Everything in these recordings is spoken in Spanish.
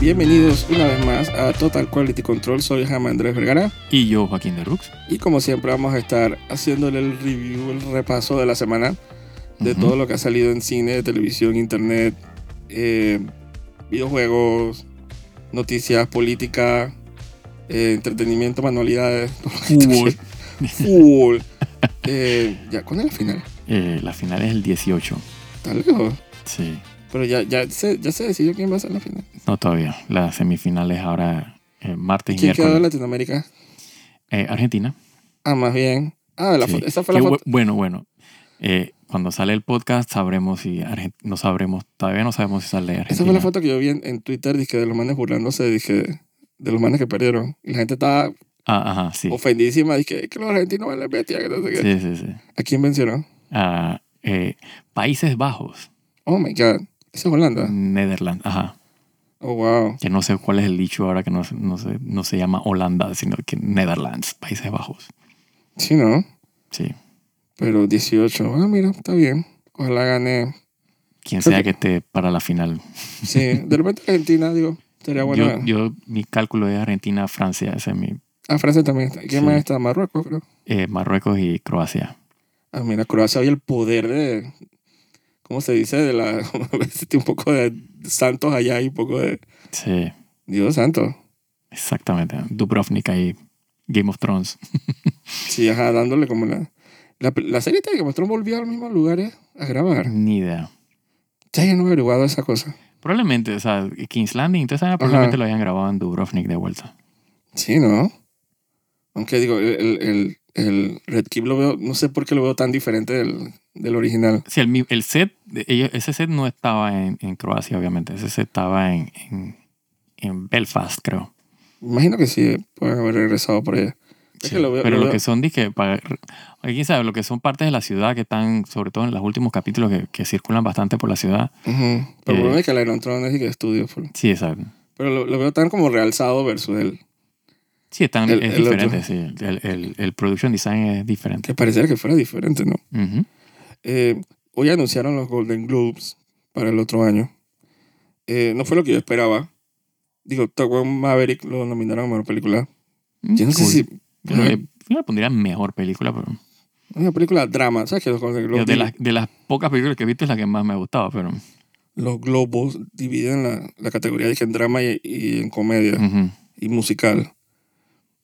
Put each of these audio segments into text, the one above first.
Bienvenidos una vez más a Total Quality Control. Soy Jaime Andrés Vergara. Y yo, Joaquín de Rux. Y como siempre, vamos a estar haciéndole el review, el repaso de la semana de Ujú. todo lo que ha salido en cine, televisión, internet, eh, videojuegos, noticias, política, eh, entretenimiento, manualidades, Fútbol. fútbol. Eh, ya, ¿cuándo es la final? Eh, la final es el 18. Está lejos. Sí. Pero ya, ya, se, ya se decidió quién va a ser la final. No, todavía. La semifinal es ahora eh, martes y ¿Quién quedó en miércoles. Latinoamérica? Eh, Argentina. Ah, más bien. Ah, la Sí. foto- esa fue la Qué foto. bu- Bueno, bueno. Eh, cuando sale el podcast sabremos si Argen- no sabremos, todavía no sabemos si sale Argentina. Esa fue la foto que yo vi en, en Twitter, dije, de los manes burlándose, dije, de los manes que perdieron. Y la gente estaba Ah, ajá, sí. ofendidísima, dije, "Es que los argentinos van la bestia, que no sé qué. Sí, sí, sí. ¿A quién venció? Ah, eh, Países Bajos, Oh my God, esa es Mm. Holanda. Netherlands, ajá. Oh wow. Que no sé cuál es el dicho ahora que no, se- no, se, no se llama Holanda, sino que Netherlands, Países Bajos. Sí, ¿no? Sí. Pero 18, ah, mira, está bien. Ojalá gane. Quien Creo sea que- que esté para la final. Sí, de repente Argentina, digo, estaría bueno. Yo, yo- mi cálculo es Argentina, Francia, ese es mi Ah, Francia también está. ¿Quién Sí. más está? Marruecos, creo. eh, Marruecos y Croacia. Ah, mira, Croacia hoy el poder de. ¿Cómo se dice? De la. un poco de santos allá y un poco de. Sí, Dios santo. exactamente. Dubrovnik ahí, Game of Thrones. Sí, ajá, dándole como la... La, la serie esta que mostró volvió a los mismos lugares eh, a grabar. Ni idea. Ya yo no he averiguado esa cosa. Probablemente, o sea, King's Landing, entonces ah, probablemente lo hayan grabado en Dubrovnik de vuelta. Sí, ¿no? Aunque digo, el, el, el- el Red Keep lo veo, no sé por qué lo veo tan diferente del, del original. Sí, el, mi- el set, de ellos, ese set no estaba en, en Croacia, obviamente. Ese set estaba en, en, en Belfast, creo. Imagino que sí pueden haber regresado por allá. Es Sí, que lo veo- pero lo lo, veo- que son, dije, para, quién sabe, lo que son partes de la ciudad que están, sobre todo en los últimos capítulos que, que circulan bastante por la ciudad. Ujú. Pero Eh. bueno, es que el Iron Throne es y que estudio. full. Sí, exacto. Pero lo, lo veo tan como realzado versus él. Sí, están, El- es el diferente, otro. sí. El, el- el production design es diferente. Que pareciera que fuera diferente, ¿no? Ujú. Eh, hoy anunciaron los Golden Globes para el otro año. Eh, no fue lo que yo esperaba. Digo, Top Gun Maverick lo nominaron a mejor película. Yo no sé Mm, Cool. si. Yo creo que- yo le pondría mejor película, pero... Una película drama. ¿Sabes que los Golden yo Globes? de, las, de las pocas películas que he visto es la que más me gustaba, pero... Los Globos dividen la, la categoría dije, en drama y, y en comedia ujú. y musical.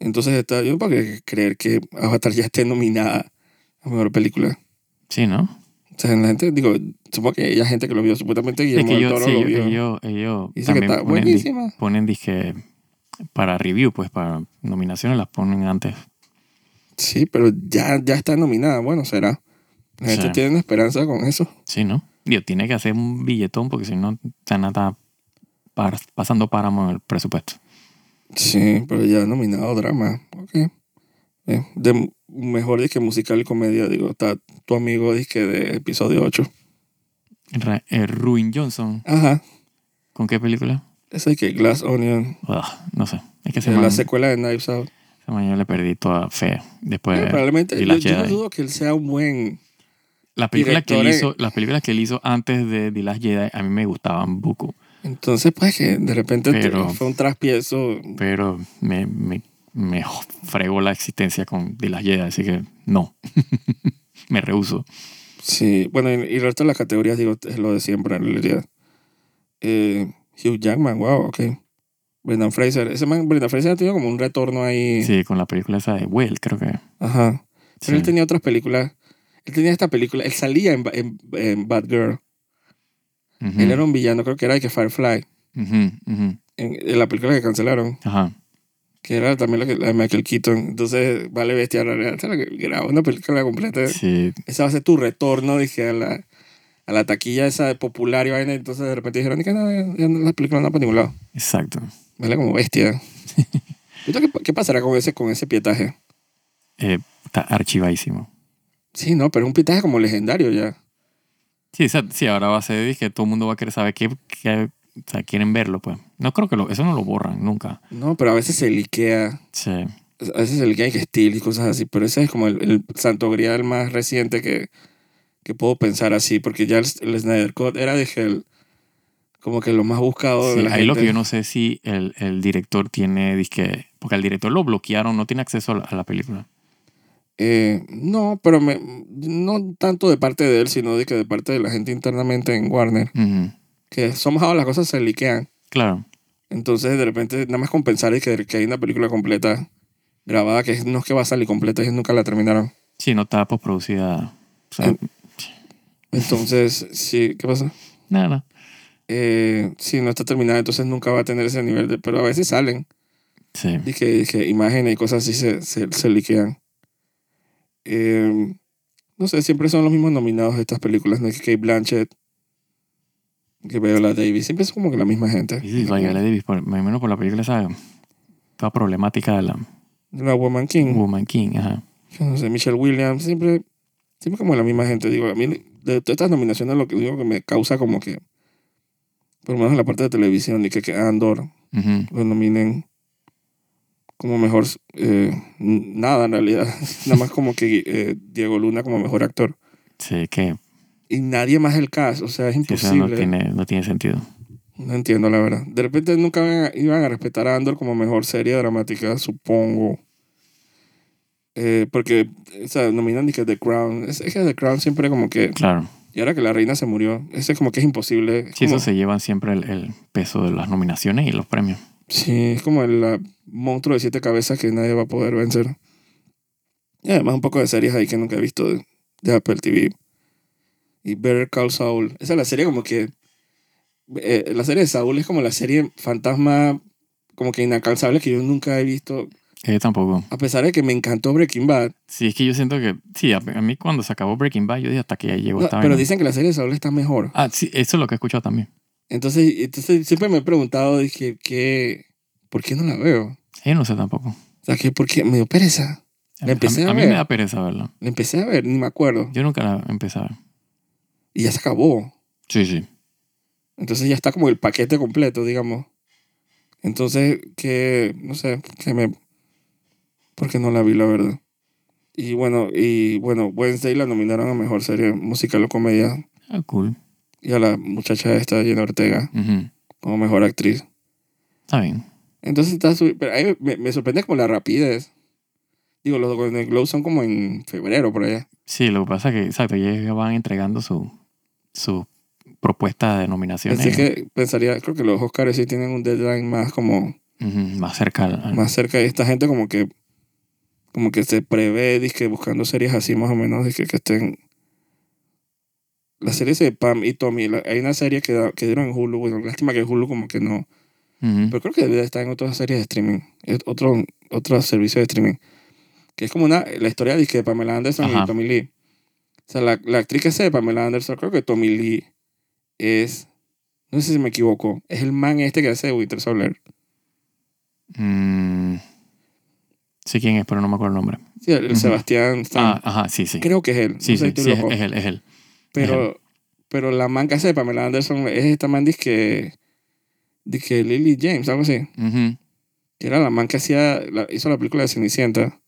Entonces, está, yo no puedo cre- creer que Avatar ya esté nominada a mejor película. Sí, ¿no? O sea, la gente, digo, supongo que hay gente que lo vio, supuestamente Sí, es Guillermo que del yo, Toro sí, lo yo- vio. ellos, ellos Y dice que también está ponen, di- buenísima. ponen, dije, para review, pues para nominaciones las ponen antes. Sí, pero ya, ya está nominada. Bueno, será. La gente Sí. tiene una esperanza con eso. Sí, ¿no? Digo, tiene que hacer un billetón porque si no, Tana está par- pasando páramo en el presupuesto. Sí, pero ya nominado drama. Ok. Eh, de mejor disque musical y comedia, digo, está tu amigo disque de episodio 8. Ra- eh, Ruin Johnson, Ajá. ¿con qué película? Ese que Glass Onion, Ugh, no sé. Es que se eh, me la secuela de Knives Out. Esa mañana yo le perdí toda fe después Eh, de probablemente, Eh, y yo, la yo no Jedi. dudo que él sea un buen... las películas que él directores- hizo las películas que él hizo antes de The Last Jedi a mí me gustaban buco Entonces, pues que de repente te- Pero- fue un traspiezo. pero me, me, me fregó la existencia con The Last Jedi así que no me rehuso Sí, bueno, y, y el resto de las categorías, digo, es lo de siempre en realidad. Eh, Hugh Jackman, wow, ok. Brendan Fraser. Ese man, Brendan Fraser ha tenido como un retorno ahí. sí con la película esa de Well creo que Ajá. Pero sí. él tenía otras películas. Él tenía esta película. Él salía en, Ba- en, en Bad Girl. Ujú, Él era un villano, creo que era de que Firefly. ujú, ujú. En, en la película que cancelaron. ajá Que era también la, que- la de Michael Keaton. Entonces, vale bestia. la verdad, se la que Grabó una película completa. sí Esa va a ser tu retorno, dije, a la, a la taquilla esa de popular y vaina. Entonces, de repente dijeron, que no, ya- ya no- la película no va para ningún lado. exacto Vale como bestia. Yo creo que- ¿Qué pasará con ese, con ese pietaje? Eh, está archivadísimo Sí, no, pero es un pietaje como legendario ya. sí, esa- sí ahora va a ser que todo el mundo va a querer saber qué, qué- o sea, quieren verlo pues no creo que lo, eso no lo borran nunca No, pero a veces se liquea. sí A veces el Gang Steel y cosas así, pero ese es como el, el santo grial más reciente que, que puedo pensar así, porque ya el, el Snyder Cut era de que el, como que lo más buscado Sí, de ahí la gente. lo que yo no sé es si el, el director tiene, disque, porque al director lo bloquearon, no tiene acceso a la, a la película. Eh, no, pero me- no tanto de parte de él, sino de que de parte de la gente internamente en Warner, Ujú, que somehow las cosas se liquean. Claro. Entonces, de repente, nada más compensar y que, que hay una película completa grabada que no es que va a salir completa, ellos nunca la terminaron. Sí, no estaba postproducida. O sea, Eh. Entonces, sí, ¿qué pasa? nada. Eh, si no está terminada, entonces nunca va a tener ese nivel de... Pero a veces salen. Sí. Y que, y que imágenes y cosas así se, se, se liquean. Eh, no sé, siempre son los mismos nominados de estas películas. No es que Kate Blanchett, que Viola Davis. Siempre son como que la misma gente. Y sí, Viola Davis, por, me imagino por la película esa, toda problemática de la La Woman King. Woman King. Ajá. no sé, Michelle Williams, siempre, siempre como la misma gente. Digo, a mí de todas estas nominaciones lo que digo que me causa como que, por lo menos en la parte de televisión, y que, que Andor Ujú. lo nominen como mejor, eh, n- nada en realidad, nada más como que eh, Diego Luna como mejor actor. Sí, que Y nadie más el caso, o sea, es sí, eso no imposible. tiene, no tiene sentido. No entiendo, la verdad. De repente nunca iban a, iban a respetar a Andor como mejor serie dramática, supongo. Eh, porque, o sea, nominan y que The Crown. Es, es que The Crown siempre como que... Claro. Y ahora que la reina se murió, ese es como que es imposible. Es Sí, como, eso se llevan siempre el, el peso de las nominaciones y los premios. sí, es como el ah, monstruo de siete cabezas que nadie va a poder vencer. Y además un poco de series ahí que nunca he visto de, de Apple TV. Y Better Call Saul. Esa es la serie como que... eh, la serie de Saul es como la serie fantasma como que inalcanzable que yo nunca he visto. Yo Eh, tampoco. A pesar de que me encantó Breaking Bad. Sí, es que yo siento que, sí, a, a mí cuando se acabó Breaking Bad, yo dije hasta que ya llegó No, esta pero vaina. dicen que la serie de Saul está mejor. Ah, sí, eso es lo que he escuchado también. Entonces, entonces siempre me he preguntado, dije, ¿qué? ¿por qué no la veo? Yo no sé tampoco. O sea, que ¿por qué? Me dio pereza. La A- empecé a, a a mí ver. me da pereza verla. La empecé a ver, ni me acuerdo. Yo nunca la empecé a ver. Y ya se acabó. Sí, sí. Entonces ya está como el paquete completo, digamos. Entonces, que, no sé, que me... Porque no la vi, la verdad. Y bueno, y bueno, Wednesday la nominaron a Mejor Serie Musical o Comedia. Ah, cool. Y a la muchacha esta, Jenna Ortega, Ujú. como Mejor Actriz. Está bien. Entonces está... su- Pero ahí me, me sorprende como la rapidez. Digo, los Golden Globes son como en febrero, por allá. Sí, lo que pasa es que, exacto, ellos ya van entregando su, su propuesta de nominaciones Así que pensaría, creo que los Oscars sí tienen un deadline más como... Ujú, más cerca al... al- más cerca de esta gente como que como que se prevé dizque, buscando series así más o menos dizque, que estén la serie de Pam y Tommy la- hay una serie que, da- que dieron en Hulu bueno lástima que Hulu como que no Ujú. pero creo que debe estar en otras series de streaming es otro otro servicio de streaming que es como una la historia dizque, de Pamela Anderson Ajá. y Tommy Lee o sea la, la actriz que hace de Pamela Anderson creo que Tommy Lee es no sé si me equivoco es el man este que hace de Winter Soldier Mm, sé quién es, pero no me acuerdo el nombre. sí, el, el Ujú. Sebastián Stan. Ah, ajá, sí, sí. creo que es él Sí, no sé, sí, estoy sí, es, loco. es él, es él. Pero, pero la man que hace de Pamela Anderson es esta man que que Lily James, algo así. Ujú. Que era la man que hacía, la- hizo la película de Cenicienta.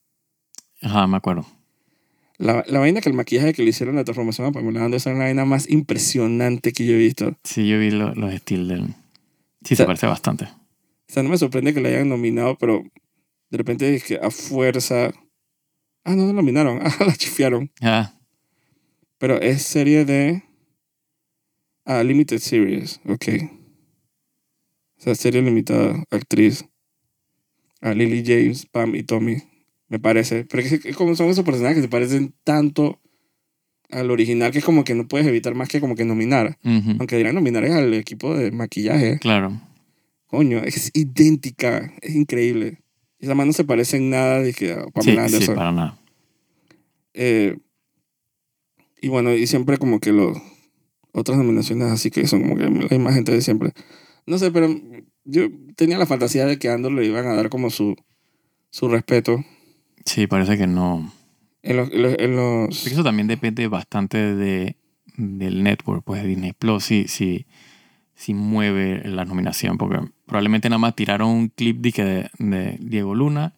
Ajá, me acuerdo. La, la vaina que el maquillaje que le hicieron en la transformación a Pamela Anderson es la vaina más impresionante que yo he visto. O Sí, yo vi lo- los estilos del... Sí, O sea- se parece bastante. sea, no me sorprende que la hayan nominado, pero de repente es que a fuerza... Ah, no, no nominaron. Ah, la chifiaron. Ah, Pero es serie de... Ah, Limited Series. Ok. O sea, serie limitada. Actriz. A Lily James, Pam y Tommy. Me parece. Pero es que como son esos personajes que se parecen tanto al original que es como que no puedes evitar más que como que nominar. ujú. Aunque dirán nominar es al equipo de maquillaje. claro. Coño, es idéntica. Es increíble. Esa mano no se parece en nada de que a Sí, Pamela sí, Anderson. para nada. Eh, y bueno, y siempre como que los otras nominaciones así que son como que la misma gente de siempre. No sé, pero yo tenía la fantasía de que a Andor le iban a dar como su, su respeto. Sí, parece que no... En los, en los- en los- Porque Eso también depende bastante de, del network, pues de Disney Plus, si, si, si mueve la nominación, porque probablemente nada más tiraron un clip de, que de, de Diego Luna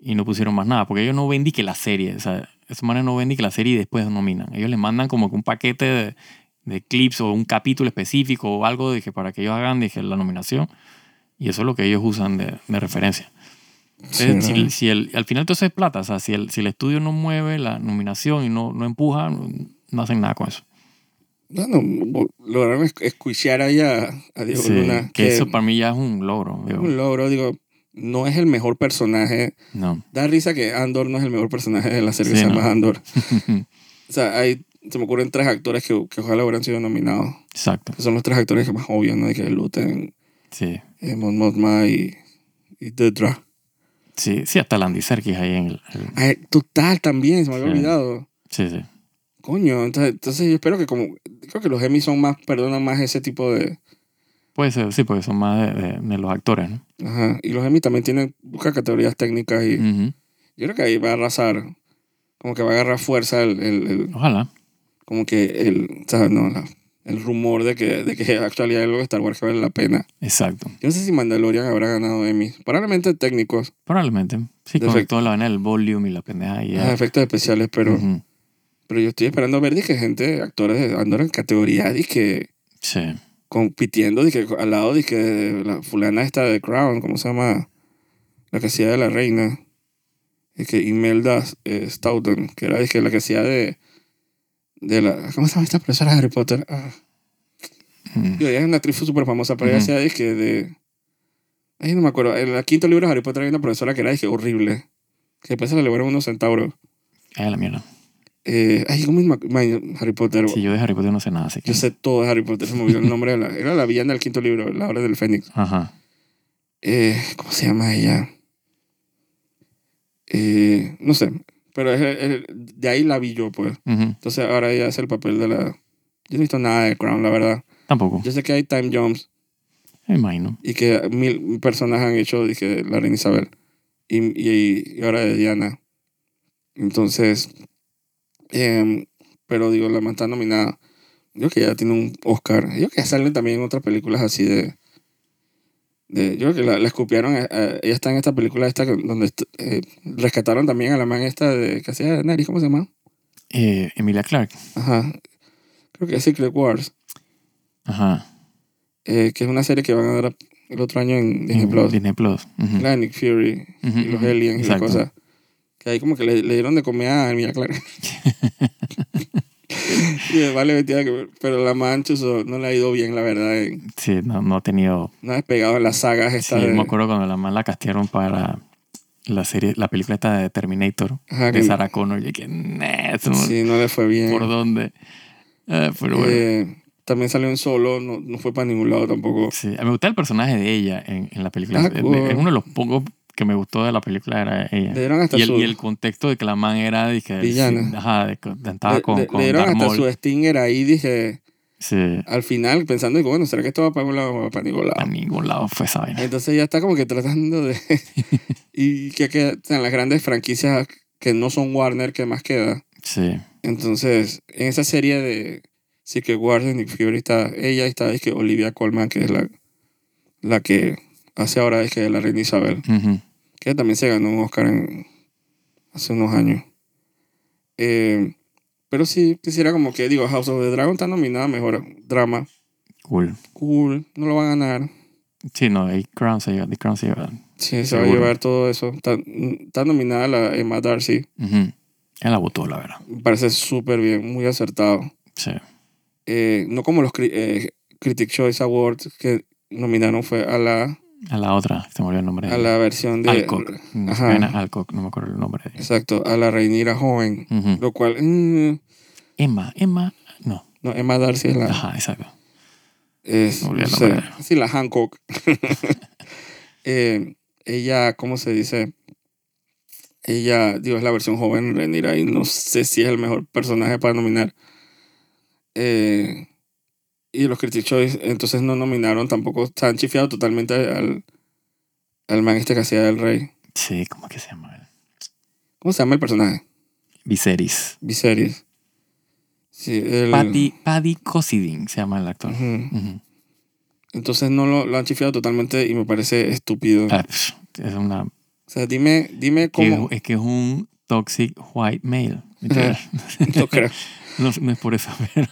y no pusieron más nada, porque ellos no ven ni que la serie, o sea, esos manes no ven ni que la serie y después nominan. Ellos les mandan como que un paquete de, de clips o un capítulo específico o algo de que para que ellos hagan dije, la nominación. Y eso es lo que ellos usan de, de referencia. Entonces, Sí, Eh, si, ¿no? si el, al final todo eso es plata. O sea, si el, si el estudio no mueve la nominación y no, no empuja, no, no hacen nada con eso. Bueno, bo- lograron esc- escuchar ahí a, a Diego Sí, Luna. que eso para mí ya es un logro. digo, un logro, digo, no es el mejor personaje. No. Da risa que Andor no es el mejor personaje de la serie que Sí, se llama ¿no? Andor. O sea, hay, se me ocurren tres actores que, que ojalá hubieran sido nominados. Exacto. Que son los tres actores que más obvios, ¿no? Y que Luten, Sí. eh, Mon Mothma y, y Dedra. Sí, sí, hasta Landy Serkis ahí en el. el- Ay, total, también, se me había Sí. olvidado. sí, sí. Coño, entonces, entonces yo espero que como... Creo que los Emmy son más, perdonan más ese tipo de... Puede ser, sí, porque son más de, de- de los actores, ¿no? Ajá. Y los Emmy también tienen, buscan categorías técnicas y... Ujú. Yo creo que ahí va a arrasar. Como que va a agarrar fuerza el, el- el- Ojalá. como que el, ¿sabes? No, la- el rumor de que, de que en actualidad es algo de Star Wars que vale la pena. Exacto. Yo no sé si Mandalorian habrá ganado Emmy. Probablemente técnicos, Probablemente. Sí, De con efecto. toda la vaina del volume y la pendeja. Y ya. ah, efectos especiales, pero, Ujú. pero yo estoy esperando ver que gente, actores de Andor en categoría, que Sí. compitiendo, que al lado de que la fulana esta de Crown, ¿cómo se llama? La que hacía de la reina. Y que Imelda eh, Staunton, que era dizque, la que hacía de, de la... ¿Cómo se llama esta profesora de Harry Potter? Ah. Mm. Digo, ella es una actriz súper famosa, pero ella Ujú. hacía dizque, de... Ay, no me acuerdo. En el quinto libro de Harry Potter hay una profesora que era dizque, horrible. Que después se le elevaron unos centauros. Ay, la mierda. Eh, ay, ¿cómo es Ma- Ma- Harry Potter? Sí, yo de Harry Potter no sé nada, así que. Yo sé todo de Harry Potter, se me olvidó el nombre. De la, era la villana del quinto libro, La Hora del Fénix. Ajá. Eh, ¿Cómo se llama ella? Eh, no sé, pero es- es- de ahí la vi yo, pues. Ujú. Entonces ahora ella hace el papel de la... Yo no he visto nada de Crown, la verdad. Tampoco. Yo sé que hay time jumps Me imagino. y que mil personas han hecho, dije, la reina Isabel y, y, y ahora de Diana. Entonces, em, pero digo, la man está nominada. Yo creo que ya tiene un Oscar. Yo creo que salen también otras películas así de... de- yo creo que la, la escupieron. eh, eh, ella está en esta película esta que- donde est- eh, rescataron también a la man esta de, que hacía de Nariz, ¿cómo se llama? Eh, Emilia Clark. Ajá. Creo que es Secret Wars, Ajá. eh, que es una serie que van a dar el otro año en Disney En Plus. Disney Plus. Ujú. La de Nick Fury Ujú, y los ujú. aliens y las Exacto. cosas. Que ahí como que le, le dieron de comer a Emilia Clarke. y el vale vestida que- Pero la mancha no le ha ido bien, la verdad. en- Sí, no, no ha tenido. no ha despegado en las sagas Sí, estas yo de- me acuerdo cuando la mala castearon para la serie, la película esta de Terminator ajá, de que- Sarah Connor. Yo que, "Nah, eso no- Sí, no le fue bien. ¿por dónde? Eh, pero bueno. Eh, también salió en solo, no, no fue para ningún lado tampoco. Sí, me gusta el personaje de ella en, en la película. Ah, Es- cool. es uno de los pocos que me gustó de la película era ella. Le dieron hasta Y el, su. y el contexto de que la man era de que, Villana. sí, ajá, de que le- estaba con, le, con le dieron Darth hasta Maul. su Stinger ahí, dije, Sí, al final, pensando, digo, bueno, ¿será que esto va para ningún lado? Para ningún lado. a ningún lado fue esa vaina. Entonces ya está como que tratando de... y que quedan las grandes franquicias que no son Warner, que más queda. Sí, Entonces, en esa serie de Secret Wars de Nick Fury está ella, está es que Olivia Colman, que es la, la que hace ahora es que la reina Isabel, ujú, que también se ganó un Oscar en- hace unos años. Eh, pero sí, quisiera como que, digo, House of the Dragon está nominada a mejor drama. cool. Cool, no lo va a ganar. Sí, no, el Crown se lleva, The Crown se lleva. Sí, se va a Seguro. llevar todo eso. Está, está nominada la Emma Darcy. Ujú. Ella la votó, la verdad. Me parece súper bien, muy acertado. Sí, Eh, no como los cri- eh, Critic Choice Awards que nominaron fue a la, a la otra, se me olvidó el nombre. de a la versión de... Alcock. Ajá. Suena Alcock, no me acuerdo el nombre de ella. Exacto, a la Reinira joven. Ujú. Lo cual... mm, Emma, Emma, no. no, Emma Darcy es la... Ajá, exacto. Es, me olvidé no el sé, nombre. sí, la Hancock. Eh, ella, ¿cómo se dice? Ella, digo, es la versión joven Renira y no sé si es el mejor personaje para nominar. Eh, y los Critic Choice, entonces no nominaron tampoco, están chifiados totalmente al, al man este que hacía del rey. Sí, ¿cómo que se llama? él? ¿Cómo se llama el personaje? Viserys. Viserys. Sí, el... Paddy, Paddy Cosidin se llama el actor. Ujú. Ujú. Entonces no lo, lo han chifiado totalmente y me parece estúpido. Ah, pf, es, una, O sea, dime, dime que, cómo... es que es un toxic white male. No creo. No, no es por eso, pero.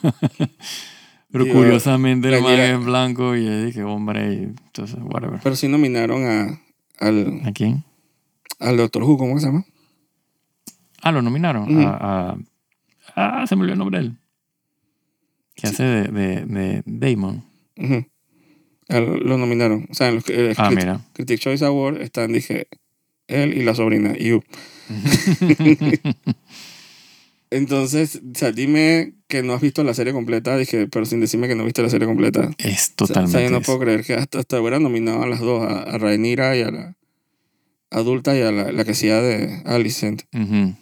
Pero Digo, curiosamente el la man gira- es blanco y yo dije, hombre, y entonces, whatever. Pero sí nominaron a, al, ¿A quién? al Doctor Who, ¿cómo se llama? Ah, lo nominaron. Ujú. a- a- ah, se me olvidó el nombre de él. Que hace de, de, de Damon. Ujú. Al- lo nominaron. O sea, en los que- eh, Ah, Crit- mira. Critic Choice Award están, dije, él y la sobrina, y yo. Entonces, o sea, dime que no has visto la serie completa, dije, pero sin decirme que no viste la serie completa. es O sea, totalmente. yo no eso. puedo creer que hasta, hasta hubieran nominado a las dos, a, a Rhaenyra y a la adulta y a la, la que hacía de Alicent. Ujú,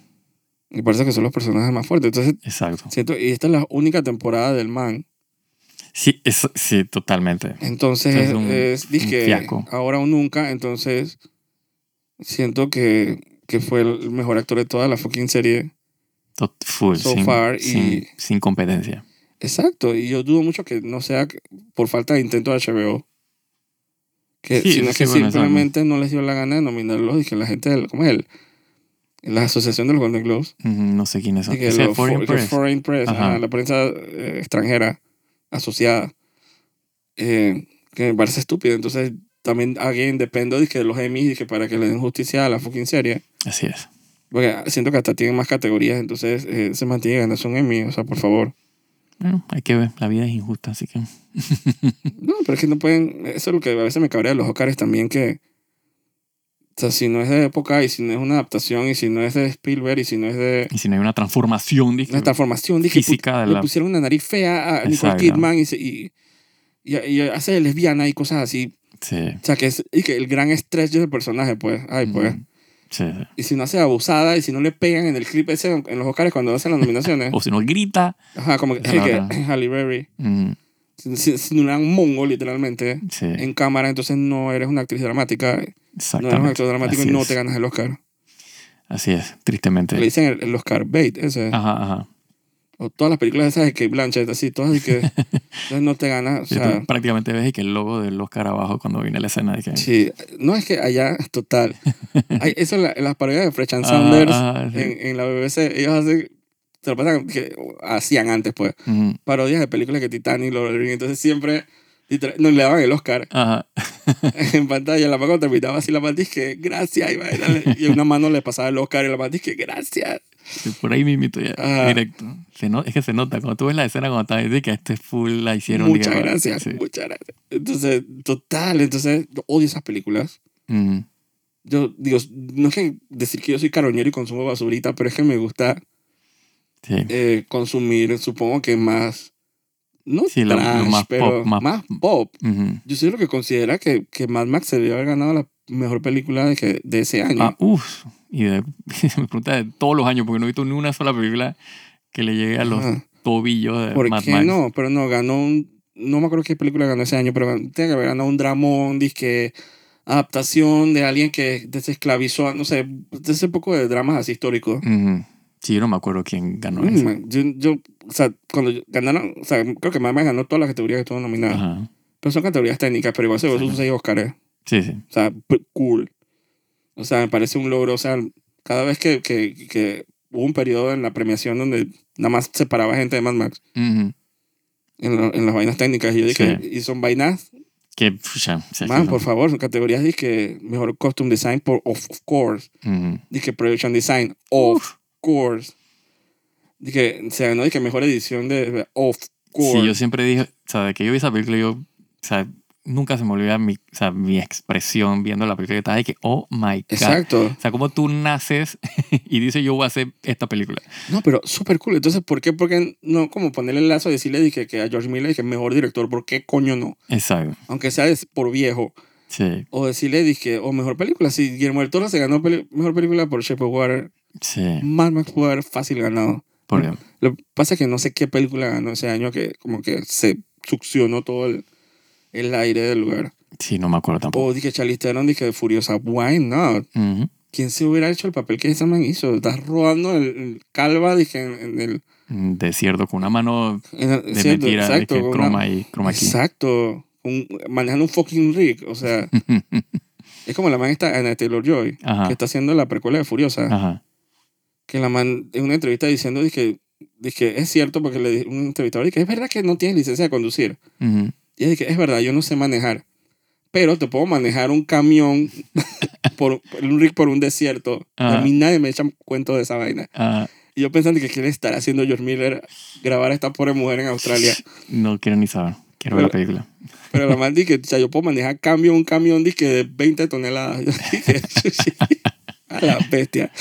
Me parece que son los personajes más fuertes. Entonces, Exacto. siento, y esta es la única temporada del man. Sí, es, sí, totalmente. Entonces, Es es, un- dizque, un fiasco. ahora o nunca. Entonces, siento que, que fue el mejor actor de toda la fucking serie. Tot- full, So sin, far, y- sin, sin competencia. Exacto. Y yo dudo mucho que no sea por falta de intento de HBO. Que, Sí, sino sí, que bueno, eso- simplemente no les dio la gana de nominarlos y que la gente, del, ¿cómo es él? La asociación de los Golden Globes. Ujú, No sé quiénes son. y que Ese lo- Foreign fo- que Press. Foreign Press, Ajá. ajá, la prensa eh, extranjera asociada. eh, que me parece estúpido. Entonces, también alguien depende de que de los Emmys y que para que le den justicia a la fucking serie. Así es. Porque siento que hasta tienen más categorías, entonces eh, se mantiene ganando un Emmy. O sea, por favor. Bueno, hay que ver. La vida es injusta, así que. No, pero es que no pueden. Eso es lo que a veces me cabrea de los Oscars también, que. O sea, si no es de época y si no es una adaptación y si no es de Spielberg y si no es de Y si no hay una transformación, dije. una transformación, dije, put- física de le la- pusieron una nariz fea a Nicole Exacto. Kidman y, se- y, y, y hace de lesbiana y cosas así. Sí. O sea, que es y que el gran estrés del personaje, pues. Ay, pues. Ujú. Sí, sí. Y si no hace abusada y si no le pegan en el clip ese en los Oscars cuando hacen las nominaciones. O si no grita. Ajá, como que, Oh, Esa es que la otra. Halle Berry. Ujú, Si, si- si no le dan mongo, literalmente, Sí. en cámara, entonces no eres una actriz dramática. No eres un Exactamente. actor dramático Así y no es. te ganas el Oscar. Así es, tristemente. Le dicen el, el Oscar bait, ese. Ajá, ajá. O todas las películas esas de Kate Blanchett, así, todas de que. entonces no te ganas. O Sí, sea, tú prácticamente ves y que el logo de los abajo cuando viene la escena. Dije, sí. No es que allá, total. Hay- eso en, la- en las parodias de Frechan Ajá, Sanders ajá, sí. en, en la BBC, ellos hacen. Se lo pasan que hacían antes, pues. Ujú, Parodias de películas que Titanic, Lord of the Rings, Entonces siempre. literal- No le daban el Oscar ajá. en pantalla. La mano terminaba así, la mano que gracias. Y, vaina, y una mano le pasaba el Oscar y la mano que gracias. Sí, Por ahí mismito ya, Ajá. directo. Se no- es que se nota, cuando tú ves la escena cuando estás dices que este full la hicieron. Muchas dije, gracias, sí. muchas gracias. Entonces, total, entonces yo odio esas películas. Ujú, Yo digo, no es que decir que yo soy caroñero y consumo basurita, pero es que me gusta sí. eh, consumir, supongo que más, no Sí, lo- lo trash, más pero pop, más- más, pop. Ujú. Yo soy lo que considera que, que Mad Max se debió haber ganado la mejor película de, que, de ese año. Ah, uff. Y de, me pregunta de todos los años, porque no he visto ni una sola película que le llegue a los Ajá. tobillos de ¿Por Mad qué Max. no? Pero no, ganó un... No me acuerdo qué película ganó ese año, pero gan- tiene que haber ganado un dramón, disque adaptación de alguien que desesclavizó, a- no sé, de ese poco de dramas así históricos. Ujú. Sí, yo no me acuerdo quién ganó Mm, eso. man, yo, yo, o sea, cuando yo- ganaron, o sea, creo que Mamá ganó todas las categorías que estuvo nominadas. Ajá. Pero son categorías técnicas, pero igual se llevó sus Exacto. seis Óscares. Sí, sí. O sea, p- cool. O sea, me parece un logro. O sea, cada vez que, que, que hubo un periodo en la premiación donde nada más separaba gente de Mad Max Ujú. en, lo- en las vainas técnicas, y yo dije, Sí. y son vainas Que, pucha, o sea, Man, que- por favor, son categorías que mejor costume design por of course. Ujú. Dije production design, of course. Dije, se ganó dije mejor edición de of course. Sí, yo siempre dije, o sea, de que yo vi esa película, yo, o sea, nunca se me olvida mi, o sea, mi expresión viendo la película. Yo estaba de que, oh my God. Exacto. O sea, como tú naces y dices, yo voy a hacer esta película. No, pero súper cool. Entonces, ¿por qué? Porque no como ponerle el lazo y decirle dije, que a George Miller dije mejor director, ¿por qué coño no? Exacto. Aunque sea des- por viejo. Sí, O decirle dije, o mejor película. Si Guillermo del Toro se ganó peli- mejor película por Shape of Water, sí. Mad Max pudo haber fácil ganado. Porque, Lo que pasa es que no sé qué película ganó ese año que como que se succionó todo el, el aire del lugar. sí, no me acuerdo tampoco. O dije Charlize Theron, dije Furiosa, why not? Ujú, ¿Quién se hubiera hecho el papel que ese man hizo? Estás robando el, el calva, dije, en, en el... mm, De cierto, con una mano en el- de ¿cierto? mentira, exacto, de que con croma una- y croma aquí. Exacto. Un- manejando un fucking rig, o sea, es como la man esta, Anna Taylor-Joy, Ajá, Ah. que está haciendo la precuela de Furiosa, ajá. que la man en una entrevista diciendo, dije, dije, es cierto, porque le dije un entrevistador, dije, es verdad que no tienes licencia de conducir. Ujú. Y ella dije, es verdad, yo no sé manejar, pero te puedo manejar un camión por, por un rig por un desierto. A Ah. mí nadie me echa cuento de esa vaina. Ah, Y yo pensando que qué le estará haciendo George Miller grabar a esta pobre mujer en Australia. no quiero ni saber. Quiero ver la película. Pero la man dije, o sea, yo puedo manejar camión, un camión dije, de 20 toneladas. Yo dije, a la bestia.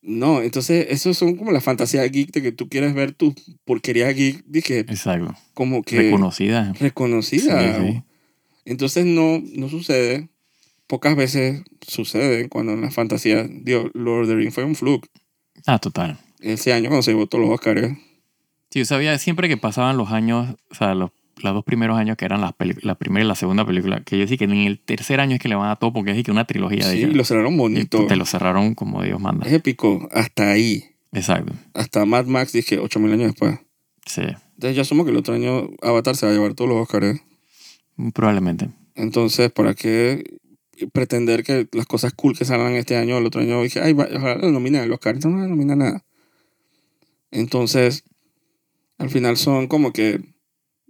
No, entonces, eso son como las fantasías geek de que tú quieres ver tus porquerías geek, dije, Exacto. como que Reconocida. reconocida. Sí, sí. Entonces no, no sucede. Pocas veces sucede cuando en las fantasías, digo, Lord of the Rings fue un fluke. Ah, total. Ese año cuando se votó los Oscars. Sí, yo sabía siempre que pasaban los años, o sea, los, los dos primeros años que eran las peli- la primera y la segunda película, que yo sí que en el tercer año es que le van a todo porque es que una trilogía de Sí, ellos. lo Eh. cerraron Y bonito. Te lo cerraron como Dios manda. Es épico. Hasta ahí. Exacto. Hasta Mad Max, dije, 8000 años después. Sí, Entonces yo asumo que el otro año Avatar se va a llevar todos los Oscars. probablemente. Entonces, ¿para qué pretender que las cosas cool que salgan este año el otro año? Dije, ay, va- ojalá lo nominen al Oscar. No, no nomina nada. Entonces, al final son como que,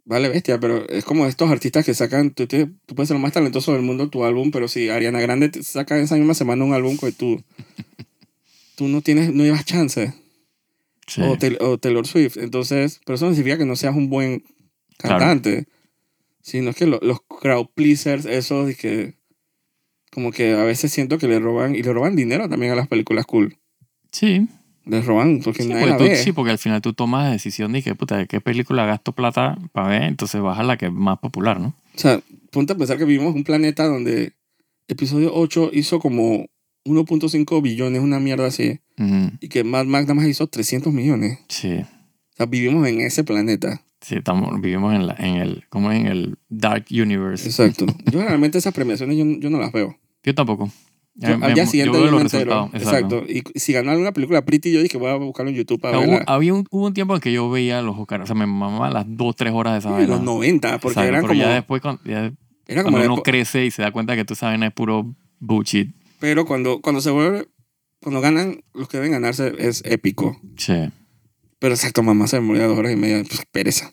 vale bestia, pero es como estos artistas que sacan, tú, tienes- tú puedes ser el más talentoso del mundo tu álbum, pero si Ariana Grande te saca esa misma semana un álbum que tú, tú no tienes, no llevas chance. Sí. O, Tel- o Taylor Swift. Entonces, pero eso no significa que no seas un buen Claro. cantante. Sino que lo- los crowd pleasers, esos de que como que a veces siento que le roban, y le roban dinero también a las películas cool. Sí, Les roban porque sí, nadie porque la tú- ve. sí, porque al final tú tomas la decisión de que, puta, ¿de qué película gasto plata para ver? Entonces baja la que es más popular, ¿no? O sea, ponte a pensar que vivimos en un planeta donde episodio 8 hizo como 1.5 billones, una mierda así, Ujú. y que Mad Max nada más hizo 300 millones. Sí, O sea, vivimos en ese planeta. sí, estamos, vivimos en, la, en el, como en el Dark Universe. Exacto. Yo realmente esas premiaciones yo, yo no las veo. Yo tampoco. Yo, Eh, al me- día siguiente yo yo veo los me entero. resultados. Exacto. ah, Exacto. Y si ganó alguna película pretty, yo dije, voy a eh. buscarlo en YouTube para O sea, hubo, verla. había un, hubo un tiempo en que yo veía los Oscars. O sea, me mamaba las 2, 3 horas de esa En vaina. los 90, porque Exacto, eran pero como, ya después, cuando, ya era como cuando la uno época- crece y se da cuenta que tú sabes es puro bullshit. Pero cuando, cuando se vuelve... Cuando ganan, los que deben ganarse es épico. Che. Pero exacto, mamá se me murió a dos horas y media. Pues, pereza.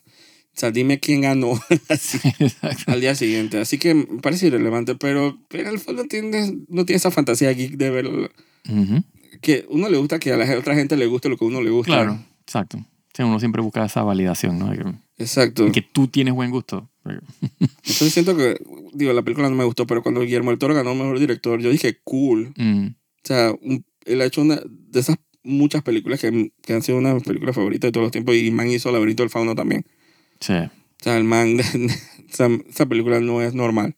O sea, dime quién ganó así, Exacto. al día siguiente. Así que me parece irrelevante, pero, pero al fondo tienes, no tiene esa fantasía geek de ver... Ujú. Que uno le gusta que a la otra gente le guste lo que uno le gusta. Claro, exacto. Sí, uno siempre busca esa validación, ¿no? De que, Exacto. de que tú tienes buen gusto. Entonces siento que, digo, la película no me gustó, pero cuando Guillermo del Toro ganó Mejor Director, yo dije, cool. Mm, O sea, un- él ha hecho una de esas muchas películas que, que han sido una de mis películas favoritas de todos los tiempos y Man hizo Laberinto del Fauno también. che. O sea, el Man, esa, esa película no es normal.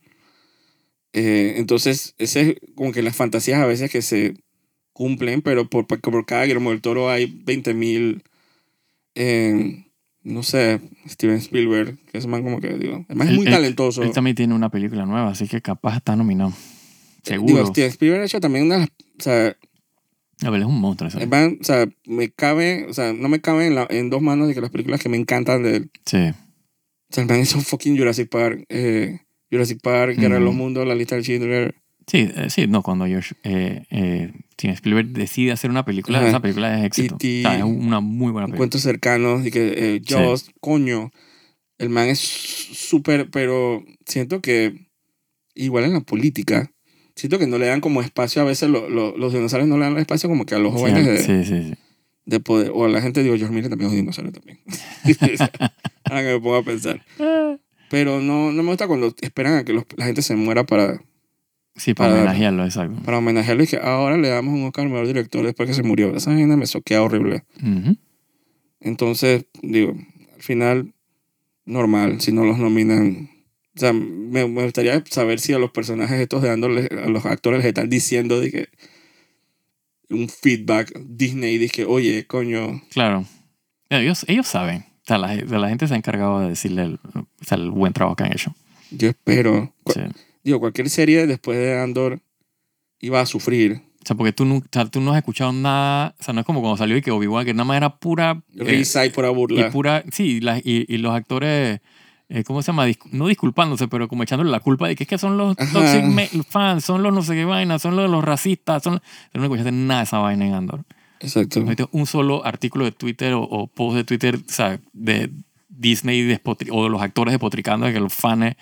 Eh, entonces, ese es como que las fantasías a veces que se cumplen, pero por, por cada Guillermo del Toro hay 20.000, mil, eh, no sé, Steven Spielberg, que es man como que, digo, el man es Él- muy él- talentoso. Él también tiene una película nueva, así que capaz está nominado. Digo, Seguro. Steven Spielberg ha hecho también una... O sea, A ver, es un monstruo. ese. el man, o sea, me cabe... O sea, no me cabe en, la- en dos manos de que las películas que me encantan de él. Sí. O sea, el man hizo fucking Jurassic Park. eh, Jurassic Park, Guerra de Ujú. los Mundos, La Lista de Schindler. Sí, eh, sí, no, cuando George eh, eh, Steven Spielberg decide hacer una película, Ajá. esa película es éxito. E.T., O sea, es una muy buena película. Encuentros cercanos y que... Eh, Sí. Jaws, coño. El man es súper... Pero siento que... Igual en la política. Siento que no le dan como espacio. A veces lo- lo- los dinosaurios no le dan espacio como que a los Sí, jóvenes al- de- sí, sí, sí. de poder. O a la gente digo, George Miller también es un dinosaurio también. Ahora que me pongo a pensar. Pero no, no me gusta cuando esperan a que los- la gente se muera para, Sí, para Para- homenajearlo, exacto. para homenajearlo y que ahora le damos un Oscar al mejor director después que se murió. Esa vaina me soquea horrible. Ujú. Entonces, digo, al final, normal, si no los nominan. O sea, me, me gustaría saber si a los personajes estos de Andor, a los actores les están diciendo de que un feedback Disney, dije, oye, coño, Claro. Ellos, ellos saben. O sea, la, la gente se ha encargado de decirle el, o sea, el buen trabajo que han hecho. yo espero. Cu- Sí. digo, cualquier serie después de Andor iba a sufrir O sea, porque tú, nu- o sea, tú no has escuchado nada. O sea, no es como cuando salió y que Obi-Wan, que nada más era pura. eh, risa y pura y burla. pura. Sí, y las- y, y los actores. eh, ¿Cómo se llama? Discu- no disculpándose, pero como echándole la culpa de que es que son los Ajá. toxic ma- fans, son los no sé qué vaina, son los, los racistas, son. los- Tú no escuchaste nada de esa vaina en Andor. Exacto. Ahorita un solo artículo de Twitter o, o post de Twitter, o sea, de Disney despotri- o de los actores despotricando de que los fans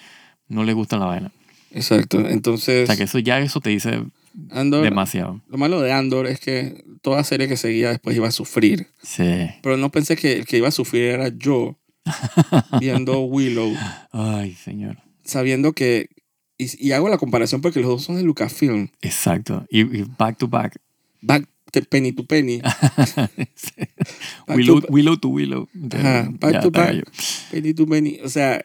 no les gusta la vaina. Exacto. O Entonces, sea, que eso ya eso te dice Andor, demasiado. lo malo de Andor es que toda serie que seguía después iba a sufrir. Sí. Pero no pensé que el que iba a sufrir era yo viendo Willow, Ay, señor. sabiendo que... Y, y hago la comparación porque los dos son de Lucasfilm. Exacto. Y, y back to back. Back to penny to penny. Sí. Back willow, to- willow to willow. Ajá, back to está back. gallo. penny to penny. O sea,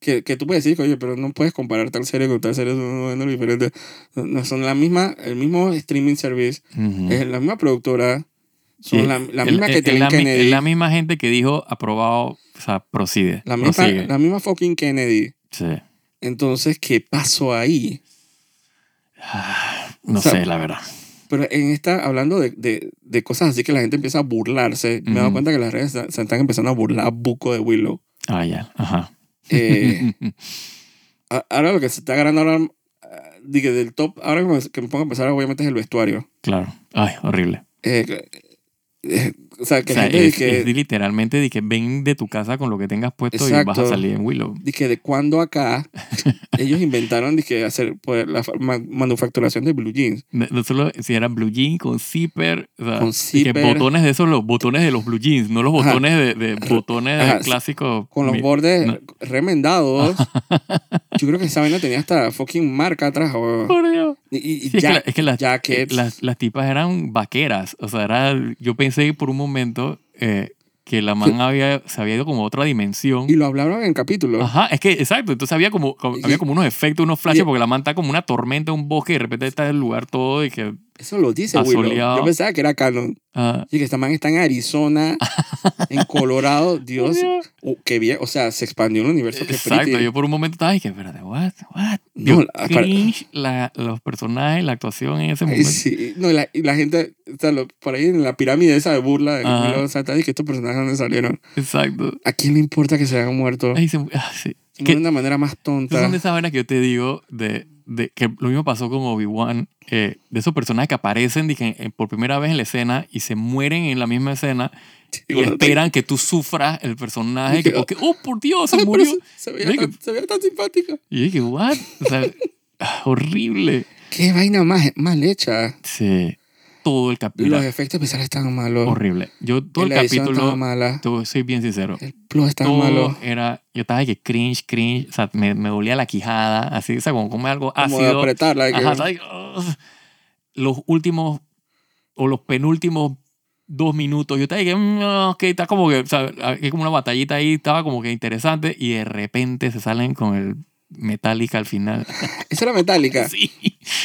que, que tú puedes decir, oye, pero no puedes comparar tal serie con tal serie, son un modelo diferente. No, no, son la misma, el mismo streaming service, Ujú. es la misma productora, son Sí, la, la El- misma el- que el- tienen la, mi- Kennedy. la misma gente que dijo aprobado, o sea, procede. La misma, prosigue. la misma fucking Kennedy. Sí. Entonces, ¿qué pasó ahí? Ah, No O sea, sé, la verdad. Pero en esta, hablando de, de, de cosas así que la gente empieza a burlarse, me he dado Ujú. cuenta que las redes se se están empezando a burlar a buco de Willow. Ah, ya. Ajá. Eh, a- ahora lo que se está ganando ahora, ah, digo, del top, ahora que me- que me pongo a pensar, obviamente es el vestuario. claro. Ay, horrible. Eh, que- eh, o sea, que O sea, gente es, dice es que, literalmente de que ven de tu casa con lo que tengas puesto y vas Exacto. a salir en Willow. de que de cuando acá ellos inventaron de que hacer pues, la fa- ma- manufacturación de blue jeans. No no solo si era blue jean con zipper, o sea, Con y zipper. que botones de esos, los botones de los blue jeans, no los Ajá. botones de, de botones Ajá, sí. clásicos. Con los Mi- bordes no. remendados. Yo creo que esa vaina tenía hasta fucking marca atrás. weón. Por Dios. Y, y- y Sí, es que, ja- la- es que las, eh, jackets. las, las tipas eran vaqueras. O sea, era, yo pensé por un momento eh, que la man había, se había ido como a otra dimensión. y lo hablaron en capítulo. Ajá, es que exacto. Entonces había como, como- Y- había como unos efectos, unos y- flashes, porque la man está como una tormenta, un bosque, y de repente está el lugar todo y que. Eso lo dice Willow. Asoleado. Yo pensaba que era canon. ah, Y que esta man está en Arizona, en Colorado. Dios, oh, qué bien. O sea, se expandió el universo. Qué Exacto, pretty. yo por un momento estaba y que, espérate, what, what. No, Yo, la- cringe la- los personajes, la actuación en ese Ay, momento. sí. No, y la, y la gente, o sea, lo- por ahí en la pirámide esa de burla, de Ajá. Willow, o sea, está de que estos personajes dónde salieron. Exacto. ¿A quién le importa que se hayan muerto? Ahí se- ah, sí. No que- de una manera más Esas tonta. son de esas vainas que yo te digo de, de que lo mismo pasó con Obi-Wan, eh, de esos personajes que aparecen dije, eh, por primera vez en la escena y se mueren en la misma escena y, Bueno, esperan que tú sufras el personaje. Dije, Que, porque, oh, por Dios, Ay, se pero murió. se- Se veía, Dije- tan, se veía tan simpática. Y dije, what? O sea, ah, horrible. Qué vaina más mal hecha. Sí, todo el capítulo. ah, Los efectos especiales estaban malos. Horrible. Yo todo el la edición estaba capítulo, mala. te soy bien sincero, El plot estaba todo malo. era, yo estaba de que cringe, cringe, o sea, me, me dolía la quijada, así, o sea, como come algo Como de ácido. apretarla. de que- Ajá, like, ugh. los últimos o los penúltimos dos minutos, yo estaba de que, mm, ok, está como que, o sea, hay como una batallita ahí, estaba como que interesante, y de repente se salen con el Metallica al final. Esa era metálica. Sí.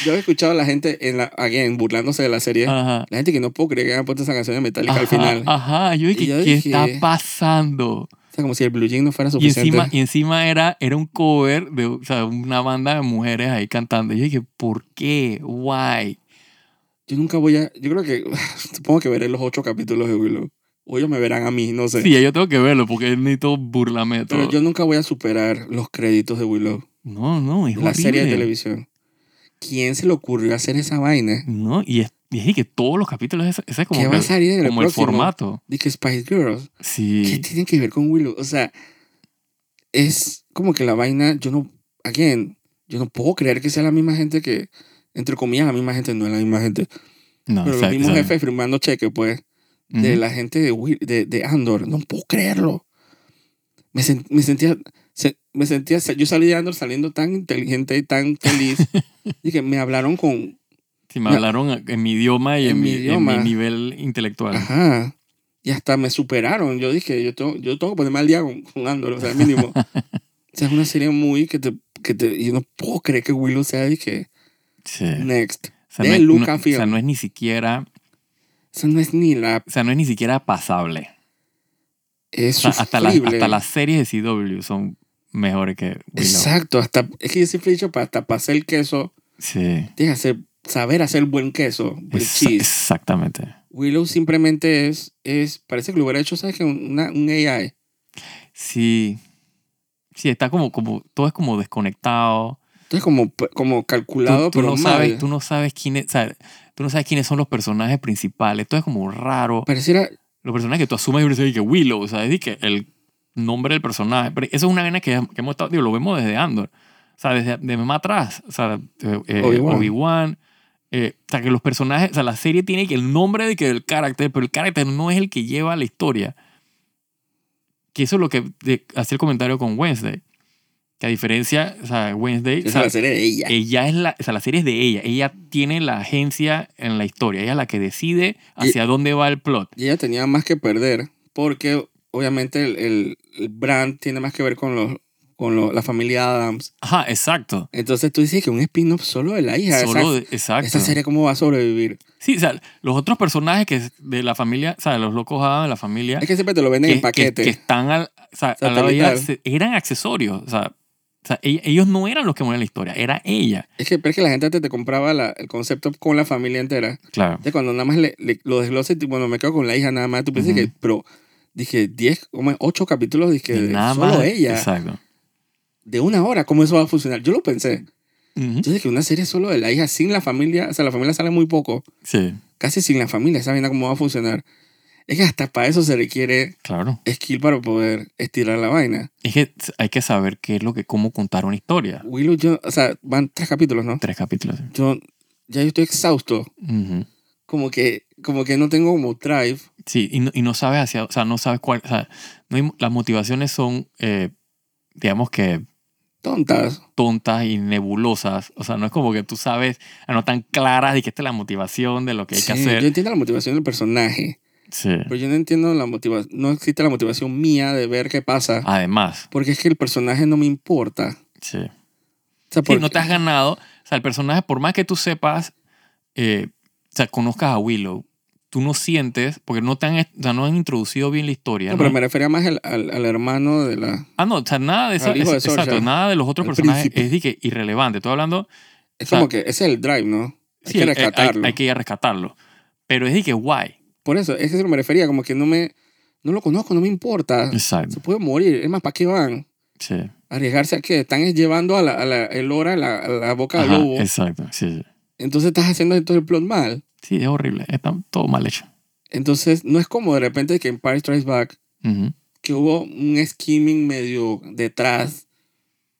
Yo he escuchado a la gente, en la, again, burlándose de la serie. Ajá. La gente que no puedo creer que hayan puesto esa canción de metálica Ah. Ajá, ah. al final. ajá, yo dije, Y yo ¿qué dije- está pasando? O sea, como si el blue jean no fuera Y suficiente. encima, y encima era, era un cover de o sea, una banda de mujeres ahí cantando. Yo dije, ¿por qué? ¿Why? Yo nunca voy a. Yo creo que. Supongo que veré los ocho capítulos de Willow. O ellos me verán a mí, no sé. Sí, yo tengo que verlo porque necesito burlarme de todo. Pero yo nunca voy a superar los créditos de Willow. No, no, es La serie de horrible. televisión. ¿Quién se le ocurrió hacer esa vaina? No, y es, y es que todos los capítulos, ese ese es como, ¿Qué va a que- salir en el como el próximo? formato. Dice que Spice Girls. ¿Qué Sí, tiene que ver con Willow? O sea, es como que la vaina. Yo no. Again, yo no puedo creer que sea la misma gente que. Entre comillas, la misma gente, no es la misma gente. no, Pero los Ah, exacto, mismos exacto. jefes firmando cheques, pues. de Ujú. la gente de, Will- de, de Andor. No puedo creerlo. Me, sen- me sentía, se- me sentía, yo salí de Andor saliendo tan inteligente y tan feliz. y que me hablaron con, Sí, me no. hablaron en mi idioma y En en, mi mi, idioma. en mi nivel intelectual. ajá, y hasta me superaron. Yo dije, yo tengo, yo tengo que ponerme al día con, con Andor, o sea, mínimo. o sea, es una serie muy que te, que te, yo no puedo creer que Willow sea, dije, Sí. next. O sea, de no es- no- Lucasfilm. o sea, no es ni siquiera, O sea, no es ni la, o sea, no es ni siquiera pasable. es O sea, hasta, las, sufrible. hasta las series de CW son mejores que Willow. Exacto, hasta, es que yo siempre he dicho, pa- hasta pasé el queso, Sí. Tienes que hacer- saber hacer buen queso. buen Exa- cheese. exactamente. Willow simplemente es, es, parece que lo hubiera hecho, ¿sabes? Que una, un AI. Sí. Sí, está como, como, todo es como desconectado. Entonces, como, como Tú- calculado, tú, pero no mal. sabes, tú no sabes quién es. O sea, Tú no sabes quiénes son los personajes principales. Todo es como raro. Pareciera, Los personajes que tú asumes y dices, que Willow, ¿sabes? Y que el nombre del personaje. Pero eso es una vaina que, que hemos estado, digo, lo vemos desde Andor. O sea, desde, desde más atrás. O sea, eh, eh, Obi-Wan. Obi-Wan. eh, o sea, que los personajes, o sea, la serie tiene que el nombre de que el carácter, pero el carácter no es el que lleva la historia. Que eso es lo que de- hacía el comentario con Wednesday. Que a diferencia, o sea, Wednesday. esa o es sea, la serie de ella. ella es la, o sea, la serie es de ella. Ella tiene la agencia en la historia. Ella es la que decide Y- hacia dónde va el plot. Y ella tenía más que perder porque obviamente el, el- el brand tiene más que ver con, los, con los- la familia Adams. Ajá, exacto. Entonces tú dices que un spin-off solo de la hija. Solo esa, de- exacto. esa serie cómo va a sobrevivir. Sí, o sea, los otros personajes que es de la familia, o sea, los locos Adam de la familia, Es que siempre te lo venden Ah. que, en paquete. que- que están al, o sea, al lado de ella, Satelital. se- eran accesorios. O sea, o sea, ella- ellos no eran los que movían la historia, era ella. Es que, pero es que la gente antes te compraba la- el concepto con la familia entera. Claro. Ya cuando nada más le, le- lo desglosas, y, bueno, me quedo con la hija nada más, tú piensas Ujú. que, pero dije 10, como 8 capítulos, dije, Y de solo ella, Exacto. de una hora, ¿cómo eso va a funcionar? Yo lo pensé. Ujú. Yo dije que una serie solo de la hija, sin la familia, o sea, la familia sale muy poco, Sí, casi sin la familia, esa vaina cómo va a funcionar. Es que hasta para eso se requiere claro. skill para poder estirar la vaina. Es que hay que saber qué es lo que, cómo contar una historia. Willow, yo, o sea, van tres capítulos, ¿no? Tres capítulos. Yo ya yo estoy exhausto, Ujú. como que, como que no tengo como drive. Sí, y no, y no sabes hacia, o sea, no sabes cuál, o sea, no hay- las motivaciones son, eh, digamos que Tontas. tontas y nebulosas, o sea, no es como que tú sabes, ah, no tan claras de que esta es la motivación de lo que hay que Sí, hacer. Yo entiendo la motivación del personaje, Sí. pero Pues yo no entiendo la motivación. No existe la motivación mía de ver qué pasa, Además, porque es que el personaje no me importa. sí. O sea, Sí, porque- no te has ganado, o sea, el personaje, por más que tú sepas, eh, o sea, conozcas a Willow, tú no sientes, porque no te han, o sea, no han introducido bien la historia. No, ¿no? pero me refería más al, al- al hermano de la. Ah, no, o sea, nada de, esa- Al hijo de es- exacto, Sorcha. nada de los otros Al personajes príncipe. es de que irrelevante. Estoy hablando Es O sea, como que ese es el drive, ¿no? Hay que eh, rescatarlo. Hay, hay que ir a rescatarlo. Pero es de que guay. Por eso, es que eso me refería, como que no me. No lo conozco, no me importa. Exacto. Se puede morir. Es más, ¿para qué van? Sí. Arriesgarse a que están es llevando a la, a la- el hora a la, a la boca del Ajá, lobo. exacto. Sí, sí. Entonces estás haciendo todo el plot mal. Sí, es horrible. Está todo mal hecho. Entonces, no es como de repente que en Empire Strikes Back Ujú. que hubo un skimming medio detrás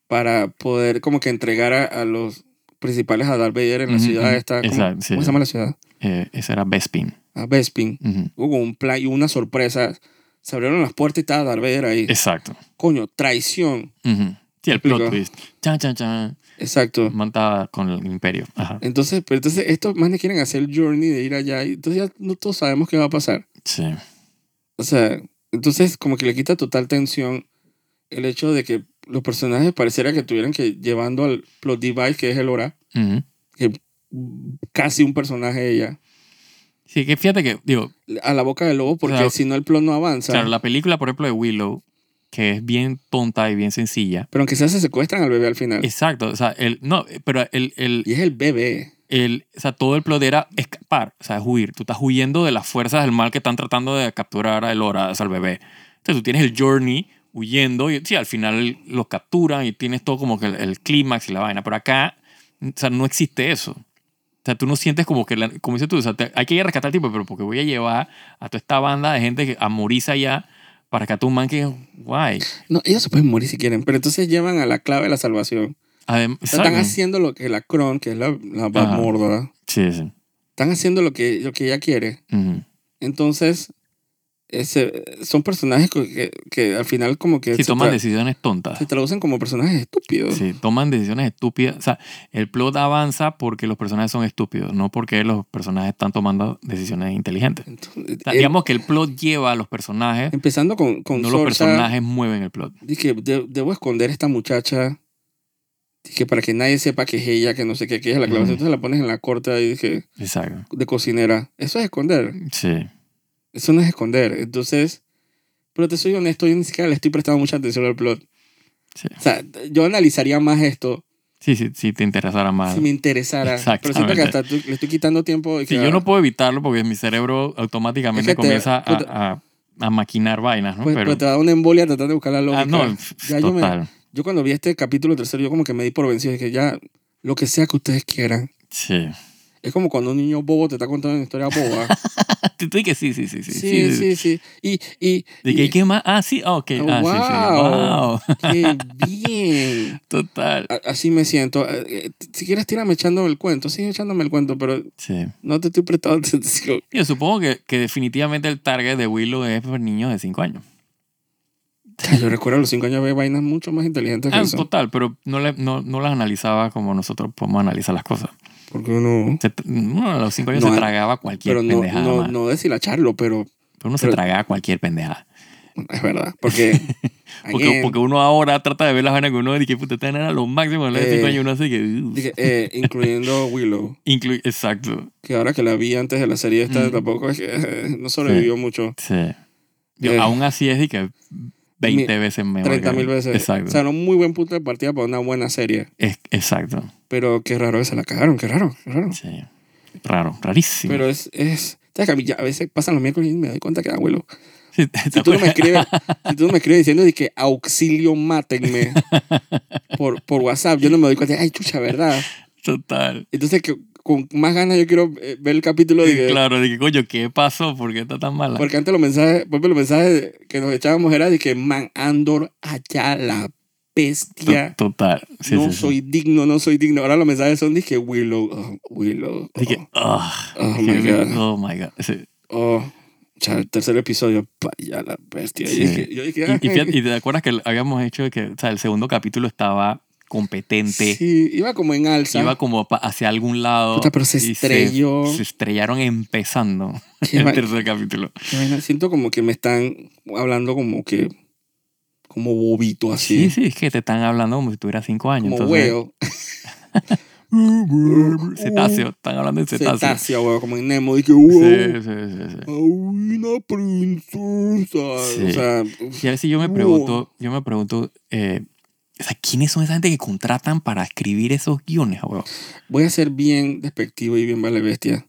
para poder como que entregar a, a los principales a Darth Vader en la Ujú, ciudad ujú. esta. ¿cómo, Exacto, sí. cómo se llama la ciudad? Eh, ese era Bespin. A Bespin. Ujú. Hubo un plan y una sorpresa. Se abrieron las puertas y estaba Darth Vader ahí. Exacto. Coño, traición. Ujú. Sí, el Explico. plot twist. Chan, chan, chan. Exacto. Mm. Manta con el imperio. Ajá. Entonces, pero entonces estos manes quieren hacer el journey de ir allá. y entonces ya no todos sabemos qué va a pasar. Sí. O sea, entonces como que le quita total tensión el hecho de que los personajes pareciera que tuvieran que llevando al plot device que es el hora Ujú. casi un personaje ella Sí, que fíjate que, digo, a la boca del lobo porque Claro. si no el plot no avanza claro, la película, por ejemplo, de Willow, que es bien tonta y bien sencilla. pero aunque sea se secuestran al bebé al final Exacto. O sea, el, no, pero el, el, y es el bebé el, o sea, todo el plot era escapar, o sea, es huir. Tú estás huyendo de las fuerzas del mal que están tratando de capturar a Elora, o sea, al bebé. Entonces tú tienes el journey huyendo y sí, al final los capturan y tienes todo como que el, el clímax y la vaina. Pero acá, o sea, no existe eso. O sea, tú no sientes como que, la- como dices tú, o sea, te- hay que ir a rescatar al tipo, pero porque voy a llevar a toda esta banda de gente que amoriza ya para rescatar un man que es guay. no ellos se pueden morir si quieren pero entonces llevan a la clave de la salvación Además, O sea, están haciendo lo que la Kron que es la, la Bad Ajá. Mordora Sí, sí. están haciendo lo que lo que ella quiere Ujú. entonces ese, son personajes que, que, que al final como que Sí, se, toman tra- decisiones tontas. se traducen como personajes estúpidos Sí, toman decisiones estúpidas. O sea, el plot avanza porque los personajes son estúpidos, no porque los personajes están tomando decisiones inteligentes. Entonces, O sea, em- digamos que el plot lleva a los personajes, empezando con con no los Sorsa, personajes mueven el plot. Dije, de- debo esconder a esta muchacha. Dije, para que nadie sepa que es ella, que no sé qué, que ella es la clave. Ujú. Entonces la pones en la corte ahí, dije, Exacto. de cocinera. Eso es esconder. Sí. Eso no es esconder. Entonces, pero te soy honesto, yo ni siquiera le estoy prestando mucha atención al plot. Sí, O sea, yo analizaría más esto sí, sí, sí te interesará más. si me interesara. Pero siento que Ah. Exactamente. hasta tú- le estoy quitando tiempo. y Sí, que- yo no puedo evitarlo porque mi cerebro Es automáticamente que te- comienza pues te- a, a- a maquinar vainas, ¿no? pues, Pero, pero te da una embolia tratando de buscar la lógica. ah, no, Ya yo me- total. Yo cuando vi este capítulo tercero, yo como que me di por vencido. Dije, ya, lo que sea que ustedes quieran. Sí. Es como cuando un niño bobo te está contando una historia boba. Tú tú que sí, sí, sí, sí. sí, sí, sí. Y, y, De que, y- Oh, ¿qué más? Ah, sí, ok. Ah, Wow. sí, sí. qué Wow. bien. Total. A- Así me siento. Eh, eh, Si quieres, tírame echándome el cuento. Sigue echándome el cuento, pero Sí. no te estoy prestando atención. Yo supongo que, que definitivamente el target de Willow es para niños de 5 años. Yo recuerdo a los cinco años había vainas mucho más inteligentes que Ah, eso. total, pero no, le- no, no las analizaba como nosotros podemos analizar las cosas. Porque uno. Se- uno a los 5 años No, eh, se tragaba cualquier Pero no, pendejada. no, man. no deshilacharlo, pero Pero uno se pero- tragaba cualquier pendejada. es verdad. Porque. Porque, again, porque uno ahora trata de ver las vainas que uno dice que puta, esta era lo máximo de los Eh, 5 años. Uno así que. uh, dije, eh, incluyendo Willow, inclu- Exacto. que ahora que la vi antes de la serie esta, Mm. tampoco es que. eh, no sobrevivió mucho. Sí. Yo, Eh, aún así es de que 20 veces mejor. 30 mil que- veces. Exacto. O sea, era un muy buen punto de partida para una buena serie. Es- exacto. Pero qué raro que se la cagaron, qué raro, qué raro. Sí. Raro, rarísimo. Pero es, es... ¿Sabes que a mí ya a veces pasan los miércoles y me doy cuenta que abuelo. Sí, ¿te- te Si tú no me acuerdas? escribes, si tú no me escribes diciendo de que auxilio, mátenme por, por WhatsApp, yo no me doy cuenta. Ay, chucha, ¿verdad? Total. Entonces, que, con más ganas yo quiero eh, ver el capítulo de que- Claro, de que coño, ¿qué pasó? ¿Por qué está tan mala? Porque antes los mensajes, por ejemplo, los mensajes que nos echábamos era de que, man, Andor, allá la To- bestia. Total. Sí, no sí, sí. soy digno, no soy digno. Ahora los mensajes son, dije, Willow, oh, Willow. Así que, oh, ah, Oh, que- my God. oh my God. Sí. oh. O sea, el tercer episodio, vaya la bestia. Sí. Yo dije, yo dije, Y, y fíjate, y te acuerdas que habíamos hecho que o sea, el segundo capítulo estaba competente. Sí, iba como en alza. Iba como pa- hacia algún lado. Puta, pero se y estrelló. Se, eestrellaron empezando Qué el va- tercer capítulo. qué vaina. Siento como que me están hablando como que, como bobito Sí. sí, así. es que te están hablando como si tuvieras cinco años. como entonces, eh. Uh, huevo. cetáceo, están hablando de cetáceo. Cetáceo, huevo, como en Nemo. Dije, Sí, wow, sí, sí, sí. a una princesa. Sí. O sea, Y a veces yo me Wow. pregunto, yo me pregunto, eh, o sea, ¿quiénes son esa gente que contratan para escribir esos guiones, huevón? voy a ser bien despectivo y bien vale bestia.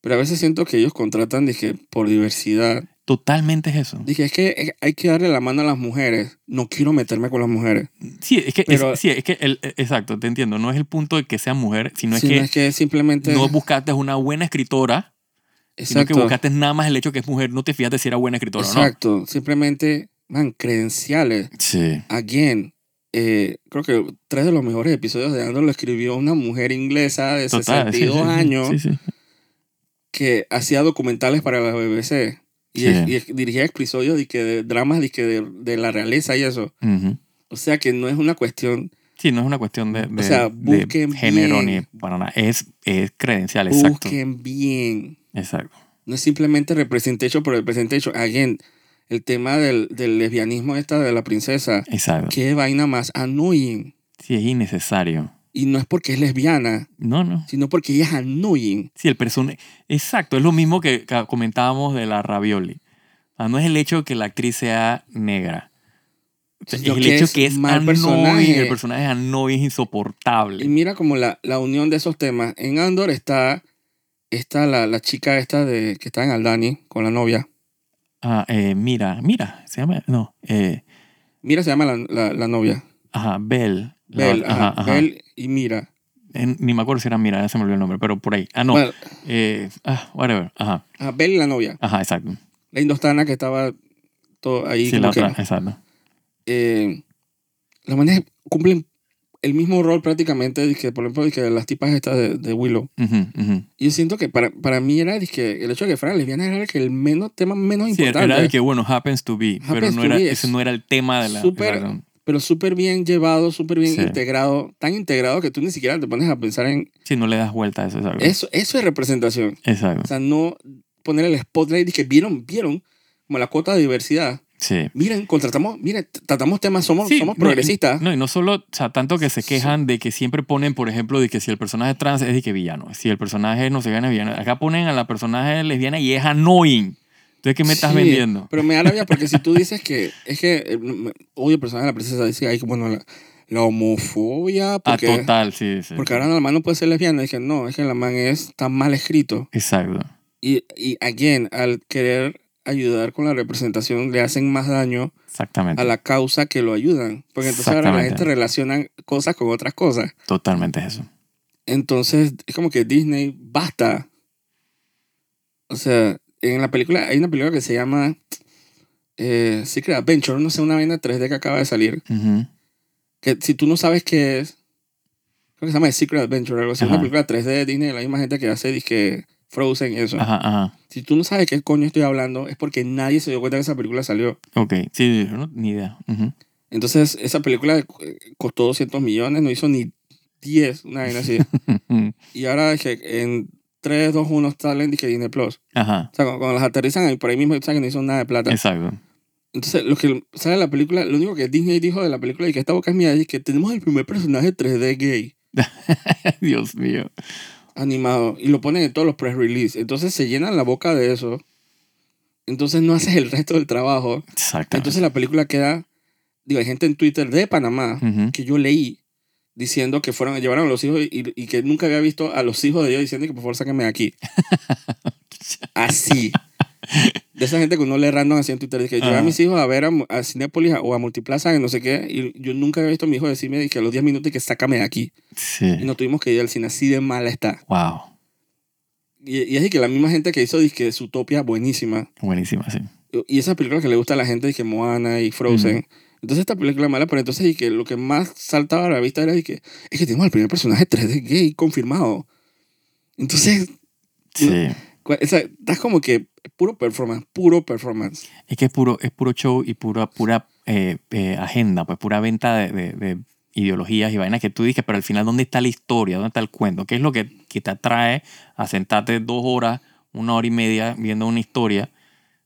Pero a veces siento que ellos contratan, dije, por diversidad. Totalmente es eso. Dije, es que eh, hay que darle la mano a las mujeres. No quiero meterme con las mujeres. Sí, es que, Pero- es- sí, es que el, eh, exacto, te entiendo. No es el punto de que sea mujer, sino es sino que es que simplemente... no buscaste una buena escritora, sino que exacto, buscaste nada más el hecho que es mujer. No te fijaste si era buena escritora o no. exacto. Simplemente, man, credenciales. Sí. Again, eh, creo que tres de los mejores episodios de Andor lo escribió una mujer inglesa de Total. sí, 62 sí, sí, años Sí, sí. que hacía documentales para la BBC. Y, Sí. y dirigía episodios dizque, de dramas dizque, de, de la realeza y eso. Ujú. O sea que no es una cuestión. Sí, no es una cuestión de, de- sea, de busquen género bien. ni para nada. Es, es credencial, exacto. Busquen bien. Exacto. No es simplemente representation por representation. Again, el tema del, del lesbianismo esta de la princesa. Exacto. Qué vaina más annoying. Sí, es innecesario. Y no es porque es lesbiana, No, no. sino porque ella es annoying. Sí, el personaje. Exacto, es lo mismo que ca- comentábamos de la Ravioli. O sea, no es el hecho de que la actriz sea negra. O sea, es Sino el que hecho es que es mal annoying, personaje. el personaje es annoying, es insoportable. Y mira como la, la unión de esos temas. En Andor está, está la, la chica esta de, que está en Aldani con la novia. Ah, eh, mira, mira, se llama. No, eh, Mira se llama la, la, la novia. ajá, Bell. La- Bell, ajá, Bell y Mira. Eh, ni me acuerdo si era Mira, ya se me olvidó el nombre, pero por ahí. Ah, no. Bueno, eh, ah, whatever. Ajá, ajá, Bell y la novia. ajá, exacto. La indostana que estaba todo ahí. Sí, como la que- otra, exacto. eh, las manes cumplen el mismo rol prácticamente dizque, por ejemplo dizque las tipas estas de, de Willow Ujú, ujú. y yo siento que para, para mí era dizque, el hecho de que fueran lesbianas era el que el menos tema menos Sí, importante era de que, bueno, happens to be, pero Happens no to era, be ese es no era el tema de la. súper- exacto. pero súper bien llevado súper bien Sí. integrado tan integrado que tú ni siquiera te pones a pensar en Si no le das vuelta a eso, exacto. eso eso es representación o Exacto. sea no poner el spotlight y que vieron vieron como la cuota de diversidad Sí. miren contratamos miren t- tratamos temas somos Sí, somos no, progresistas y- No, y no solo, o sea, tanto que se Sí. quejan de que siempre ponen, por ejemplo, de que si el personaje trans es de que villano, si el personaje no se gana villano. Acá ponen a la personaje lesbiana y es annoying. Entonces, ¿qué me estás Sí, vendiendo? Pero me da rabia porque si tú dices que es que eh, me- odio el personaje de la princesa, dice ahí, bueno, la, la homofobia, A porque, Ah, total, sí, sí. porque ahora la man no puede ser lesbiana. Dije, no, es que la man es tan mal escrito. Exacto. Y, y again, al querer ayudar con la representación, le hacen más daño Exactamente. a la causa que lo ayudan. Porque entonces ahora la Exactamente. gente relaciona cosas con otras cosas. Totalmente es eso. Entonces, es como que Disney, basta. O sea, en la película, hay una película que se llama eh, Secret Adventure, no sé, una vaina 3D que acaba de salir. Ujú. Que si tú no sabes qué es, creo que se llama Secret Adventure, algo así. Es Ajá. una película 3D de Disney, la misma gente que hace disque Frozen y eso. Ajá, ajá. Si tú no sabes qué coño estoy hablando, es porque nadie se dio cuenta que esa película salió. Ok, sí, yo no- ni idea. Ujú. Entonces, esa película eh, costó 200 millones, no hizo ni 10, una vaina así. y ahora es que en 3, 2, 1 salen dije Disney Plus. Ajá, O sea, cuando, cuando las aterrizan ahí por ahí mismo, saben que no hizo nada de plata. exacto. Entonces, lo que sale en la película, lo único que Disney dijo de la película y que esta boca es mía es que tenemos el primer personaje 3D gay Dios mío. animado y lo ponen en todos los press release. Entonces se llenan la boca de eso. Entonces no haces el resto del trabajo. Exacto. Entonces la película queda, digo, hay gente en Twitter de Panamá Ujú. que yo leí diciendo que fueron, llevaron a los hijos y, y que nunca había visto a los hijos de ellos diciendo que por favor sáquenme de aquí. Así. De esa gente que uno lee random así en Twitter, dice que llevé a Ajá. mis hijos a ver a, Mu- a Cinépolis o a Multiplaza y no sé qué, y yo nunca había visto a mi hijo decirme que a los 10 minutos que sácame de aquí. Y Sí. nos tuvimos que ir al cine, así de mala está. Wow. Y, y es de que la misma gente que hizo Disque Zootopia, buenísima. Buenísima, sí. Y esas películas que le gusta a la gente, que Moana y Frozen. Entonces esta película es mala, pero entonces y que lo que más saltaba a la vista era de que es que tenemos al primer personaje 3D gay confirmado. Entonces, Sí. cu- o sea, estás como que puro performance, puro performance. Es que es puro, es puro show y pura, pura eh, eh, agenda, pues pura venta de, de- de ideologías y vainas que tú dices, pero al final, ¿dónde está la historia? ¿Dónde está el cuento? ¿Qué es lo que, que te atrae a sentarte dos horas, una hora y media viendo una historia?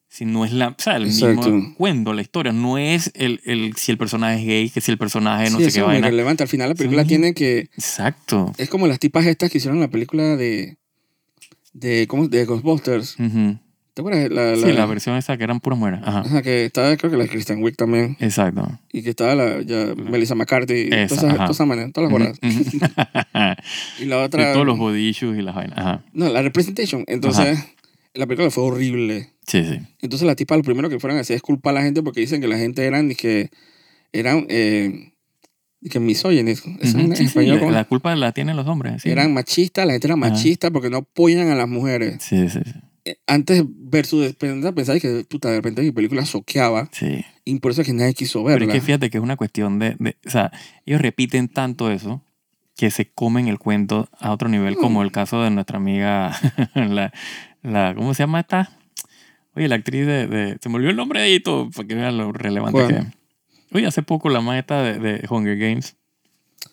Si no es la, o sea, el mismo Exacto. cuento, la historia, no es el, el si el personaje es gay, que si el personaje no sí, sé qué eso es vaina. relevante. Al final la película Sí. tiene que... Exacto. Es como las tipas estas que hicieron la película de... De, ¿cómo? de Ghostbusters. Ujú. ¿Te acuerdas? La, Sí, la versión esa que eran puras mujeres. Ajá. Ajá, que estaba, creo que la de Kristen Wiig también. Exacto. Y que estaba la ya, Melissa McCarthy. y Esa, todas esas- ajá. todas esas maneras, todas las borradas. Ujú, ujú. Y la De otra... todos los body issues y las vainas. Ajá. No, la Representation. Entonces, la película fue horrible. Sí, sí. Entonces la tipa lo primero que fueron a hacer es culpar a la gente porque dicen que la gente eran... Y que eran... Eh, y que misóginos. Eso Ujú, en sí, sí, español la- ¿cómo? La culpa la tienen los hombres. Sí, Eran machistas, la gente era Ajá. machista porque no apoyan a las mujeres. sí, sí. sí, eh, antes versus pensar pensar que puta de repente mi película soqueaba sí. y por eso es que nadie quiso Pero es verla que fíjate que es una cuestión de, de- O sea, ellos repiten tanto eso que se comen el cuento a otro Mm. nivel, como el caso de nuestra amiga, la, la- ¿cómo se llama esta? Oye, la actriz de... de- se me olvidó el nombre de ella todo, para que vean lo relevante ¿Cuál? que es. Oye, hace poco la maestra de, de Hunger Games.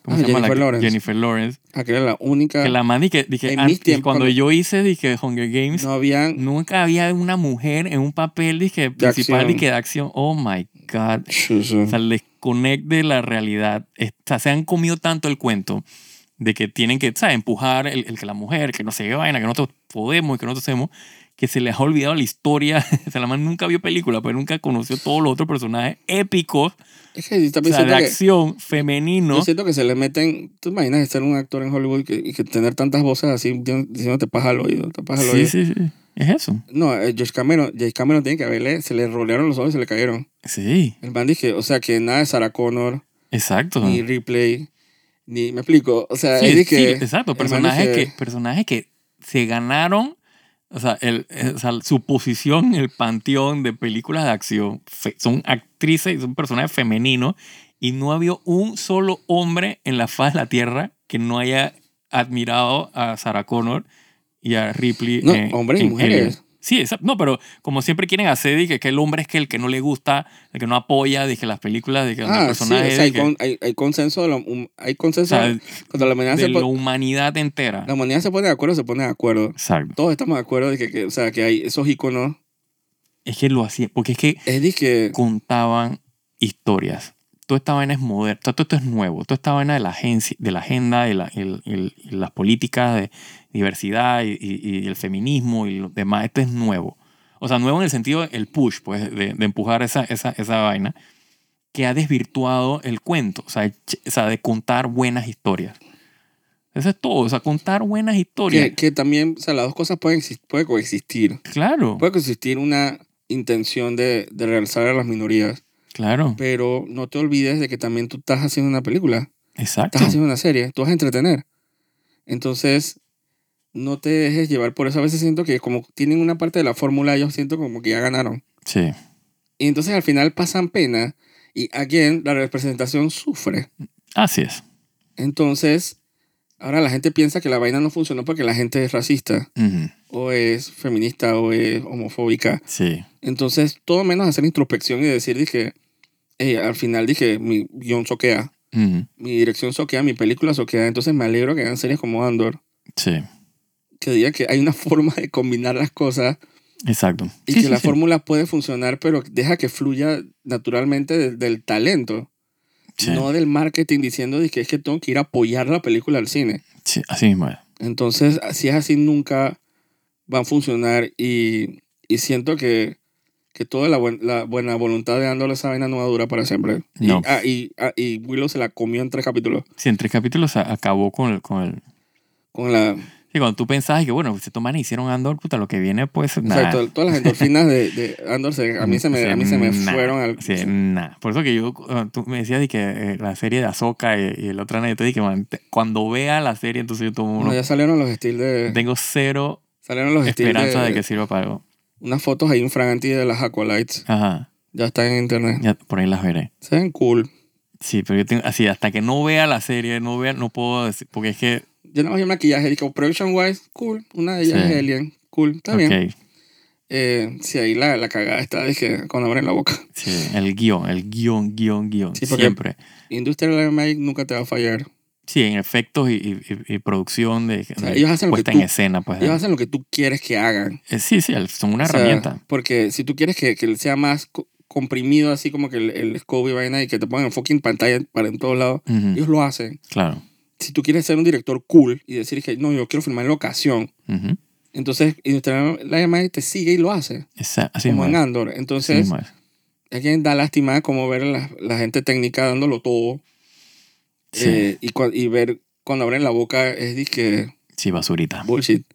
¿Cómo Ah, se llama? Jennifer la actriz? Lawrence. Jennifer Lawrence. Ah, que era la única Que la man dije, dije En ah, mis y tiempos, cuando cuando- yo hice, dije Hunger Games, no habían Nunca había una mujer en un papel dije, principal y acción. que de acción. Oh my God. Chuzo. O sea, el desconect de la realidad. Es- O sea, se han comido tanto el cuento de que tienen que, ¿sabes? Empujar el, el que la mujer, que no se qué vaina, que nosotros podemos y que nosotros hacemos, que se les ha olvidado la historia. O sea, la man nunca vio película, pero nunca conoció todos los otros personajes épicos, es que yo o también sea, de siento que acción, femenino. yo siento que se le meten tú imaginas ser un actor en Hollywood que- y que tener tantas voces así di- diciéndote paja al oído te paja al Sí, oído sí, sí. Es eso. no eh, Josh Cameron James Cameron tiene que verle se le rolearon los ojos y se le cayeron Sí, el man dije o sea que nada de Sarah Connor exacto. ni Ripley ni me explico o sea Sí, es de sí, que exacto. el man Personajes dije- que, personajes que se ganaron, o sea, el, eh, o sea, su posición en el panteón de películas de acción. Fe- son actrices y son personajes femeninos. Y no había un solo hombre en la faz de la tierra que no haya admirado a Sarah Connor y a Ripley. No, en- hombres y en mujeres. Alien. Sí, exacto. No, pero como siempre quieren hacer, dije, que el hombre es que el que no le gusta, el que no apoya, dije, las películas, dije, los Ah, sí, o sea, personajes. hay, dije, con- hay, hay consenso, de la, hum- hay consenso o sea, cuando la humanidad, de se po- la humanidad entera. la humanidad se pone de acuerdo, se pone de acuerdo. Exacto. Todos estamos de acuerdo de que, que, o sea, que hay esos iconos. Es que lo hacía, porque es que Es de que, contaban historias. Toda esta vaina es moderna, todo esto es nuevo, toda esta vaina de la, agencia, de la agenda, de la- el- el- y las políticas de diversidad y, y- y el feminismo y lo demás, esto es nuevo. O sea, nuevo en el sentido del push, pues, de, de empujar esa, esa, esa vaina que ha desvirtuado el cuento, o sea, ch- o sea, de contar buenas historias. Eso es todo, o sea, contar buenas historias. que, que también, o sea, las dos cosas pueden, exis- puede coexistir. Claro, Puede coexistir una intención de, de realzar a las minorías, claro, pero no te olvides de que también tú estás haciendo una película, exacto. estás haciendo una serie, tú vas a entretener. Entonces, no te dejes llevar por eso. A veces siento que como tienen una parte de la fórmula, ellos siento como que ya ganaron. Sí. Y entonces al final pasan pena y, again, la representación sufre. Así es. Entonces, ahora la gente piensa que la vaina no funcionó porque la gente es racista Ujú. o es feminista o es homofóbica. Sí. Entonces, todo menos hacer introspección y decir, dije, "Ey, al final dije, mi guión soquea, Ujú. mi dirección soquea, mi película soquea. Entonces, me alegro que hagan series como Andor, Sí. que diga que hay una forma de combinar las cosas Exacto. y Sí, que sí, la sí. fórmula puede funcionar, pero deja que fluya naturalmente de- del talento, Sí. no del marketing diciendo "Dizque es que tengo que ir a apoyar la película al cine. Sí, Así mismo es. Entonces, si es así, nunca van a funcionar y, y siento que, que toda la, buen- la buena voluntad de Andor esa vaina no va a durar para siempre. No. Y, ah, y, ah, y Willow se la comió en tres capítulos Sí, en tres capítulos a- acabó con el... Con el... con la, Sí, cuando tú pensabas que, bueno, pues, estos manes hicieron Andor, puta, lo que viene, pues, o sea, nada. to- todas las endorfinas de, de Andor se- a mí se me, a mí se me nah, fueron al... sí, nah. Por eso que yo, uh, tú me decías de que eh, la serie de Azoka y, y el otro año, yo te dije, man, te- cuando vea la serie, entonces yo tomo uno. No, ya Pues, salieron los estilos de... Tengo cero Salieron los estilos esperanza de que sirva para algo. unas fotos ahí en Fraganti de las Aqualites. Ajá, Ya están en internet. ya por ahí las veré. Se ven cool. Sí, pero yo tengo, así, hasta que no vea la serie, no vea, no puedo decir, porque es que, Yo no me maquillaje. Digo, production wise, cool. Una de ellas Sí. es Alien. Cool. Está bien. ok, Eh, sí, ahí la, la cagada está, dije, cuando abren la boca. sí, el guión, el guión, guión, guión, Sí, porque- siempre. Industrial Magic nunca te va a fallar. Sí, en efectos y, y- y- y producción de, de ellos hacen lo que puesta tú- en escena, pues. Ellos hacen lo que tú quieres que hagan. Eh, Sí, sí, son una O sea, herramienta. Porque si tú quieres que, que sea más co- comprimido, así como que el, el scope y vaina, y que te pongan en fucking pantalla para en todos lados, Ujú, ellos lo hacen. Claro. Si tú quieres ser un director cool y decir que no, yo quiero filmar en locación, Ujú. entonces Industrial Magic te sigue y lo hace. Esa- así como en mismo es, Andor. así Entonces, mismo es. es que da lástima como ver la, la gente técnica dándolo todo Sí, eh, y, cua- y ver cuando abren la boca es disque sí, basurita. bullshit.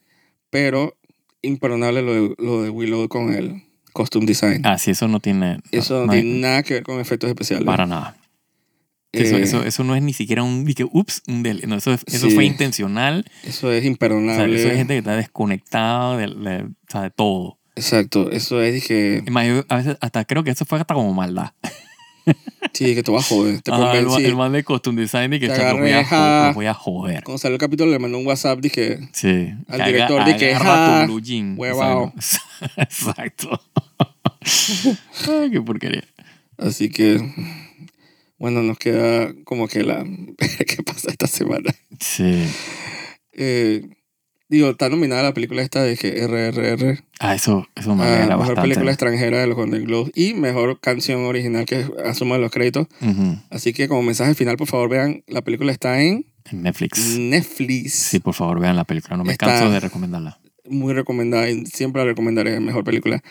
Pero imperdonable lo de, lo de Willow con el costume design. Ah, sí, eso no tiene. no- eso no, no hay- tiene nada que ver con efectos especiales. Para nada. Sí, Eh, Eso, eso, eso, eso no es ni siquiera un. di que, ups, un del- no, eso, eso Sí. fue intencional. es O sea, imperdonable. eso es gente que está desconectada de, de- o sea, de todo. Exacto. Eso es disque, Es más, yo a veces hasta creo que eso fue hasta como maldad. sí, que te vas a joder. Te Ajá, el, ma- convencí. el man de costume design de que Te "Chao, los voy, a, agarré, jo- ja. los voy a joder. Cuando salió el capítulo le mandó un WhatsApp, dije, Sí. Al Que haga- director de que, agarra "Ja, tu blue jean". huevao. Exacto. Exacto. Ay, qué porquería. Así que, bueno, nos queda como que la... ¿Qué pasa esta semana? Sí. Eh, digo, está nominada la película esta de que RRR, Ah, eso, eso me a alegra mejor bastante. película extranjera de los Golden Globes y mejor canción original que asuma los créditos. Ujú. Así que como mensaje final, por favor, vean, la película está en En Netflix. Netflix, Sí, por favor, vean la película. No Mm. me Está- canso de recomendarla. muy recomendada y siempre la recomendaré, mejor película.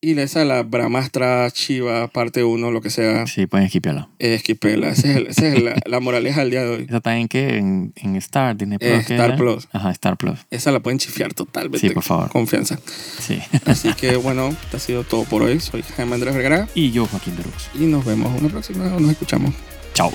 Y la- esa, la Bramastra, Chiva, parte 1, lo que sea, Sí, pueden esquipearla. es Esquipela. Esa es, el- esa es la, la moraleja del día de hoy. ¿Esa está en qué? En, en Star, Disney Plus. Eh, ¿qué Star era? Plus. Ajá, Star Plus. Esa la pueden chifiar totalmente. Sí, por favor. Confianza. Sí. Así que bueno, esto ha sido todo por hoy. Soy Jaime Andrés Vergara Y yo, Joaquín Derux. y nos vemos una próxima o nos escuchamos. Chao.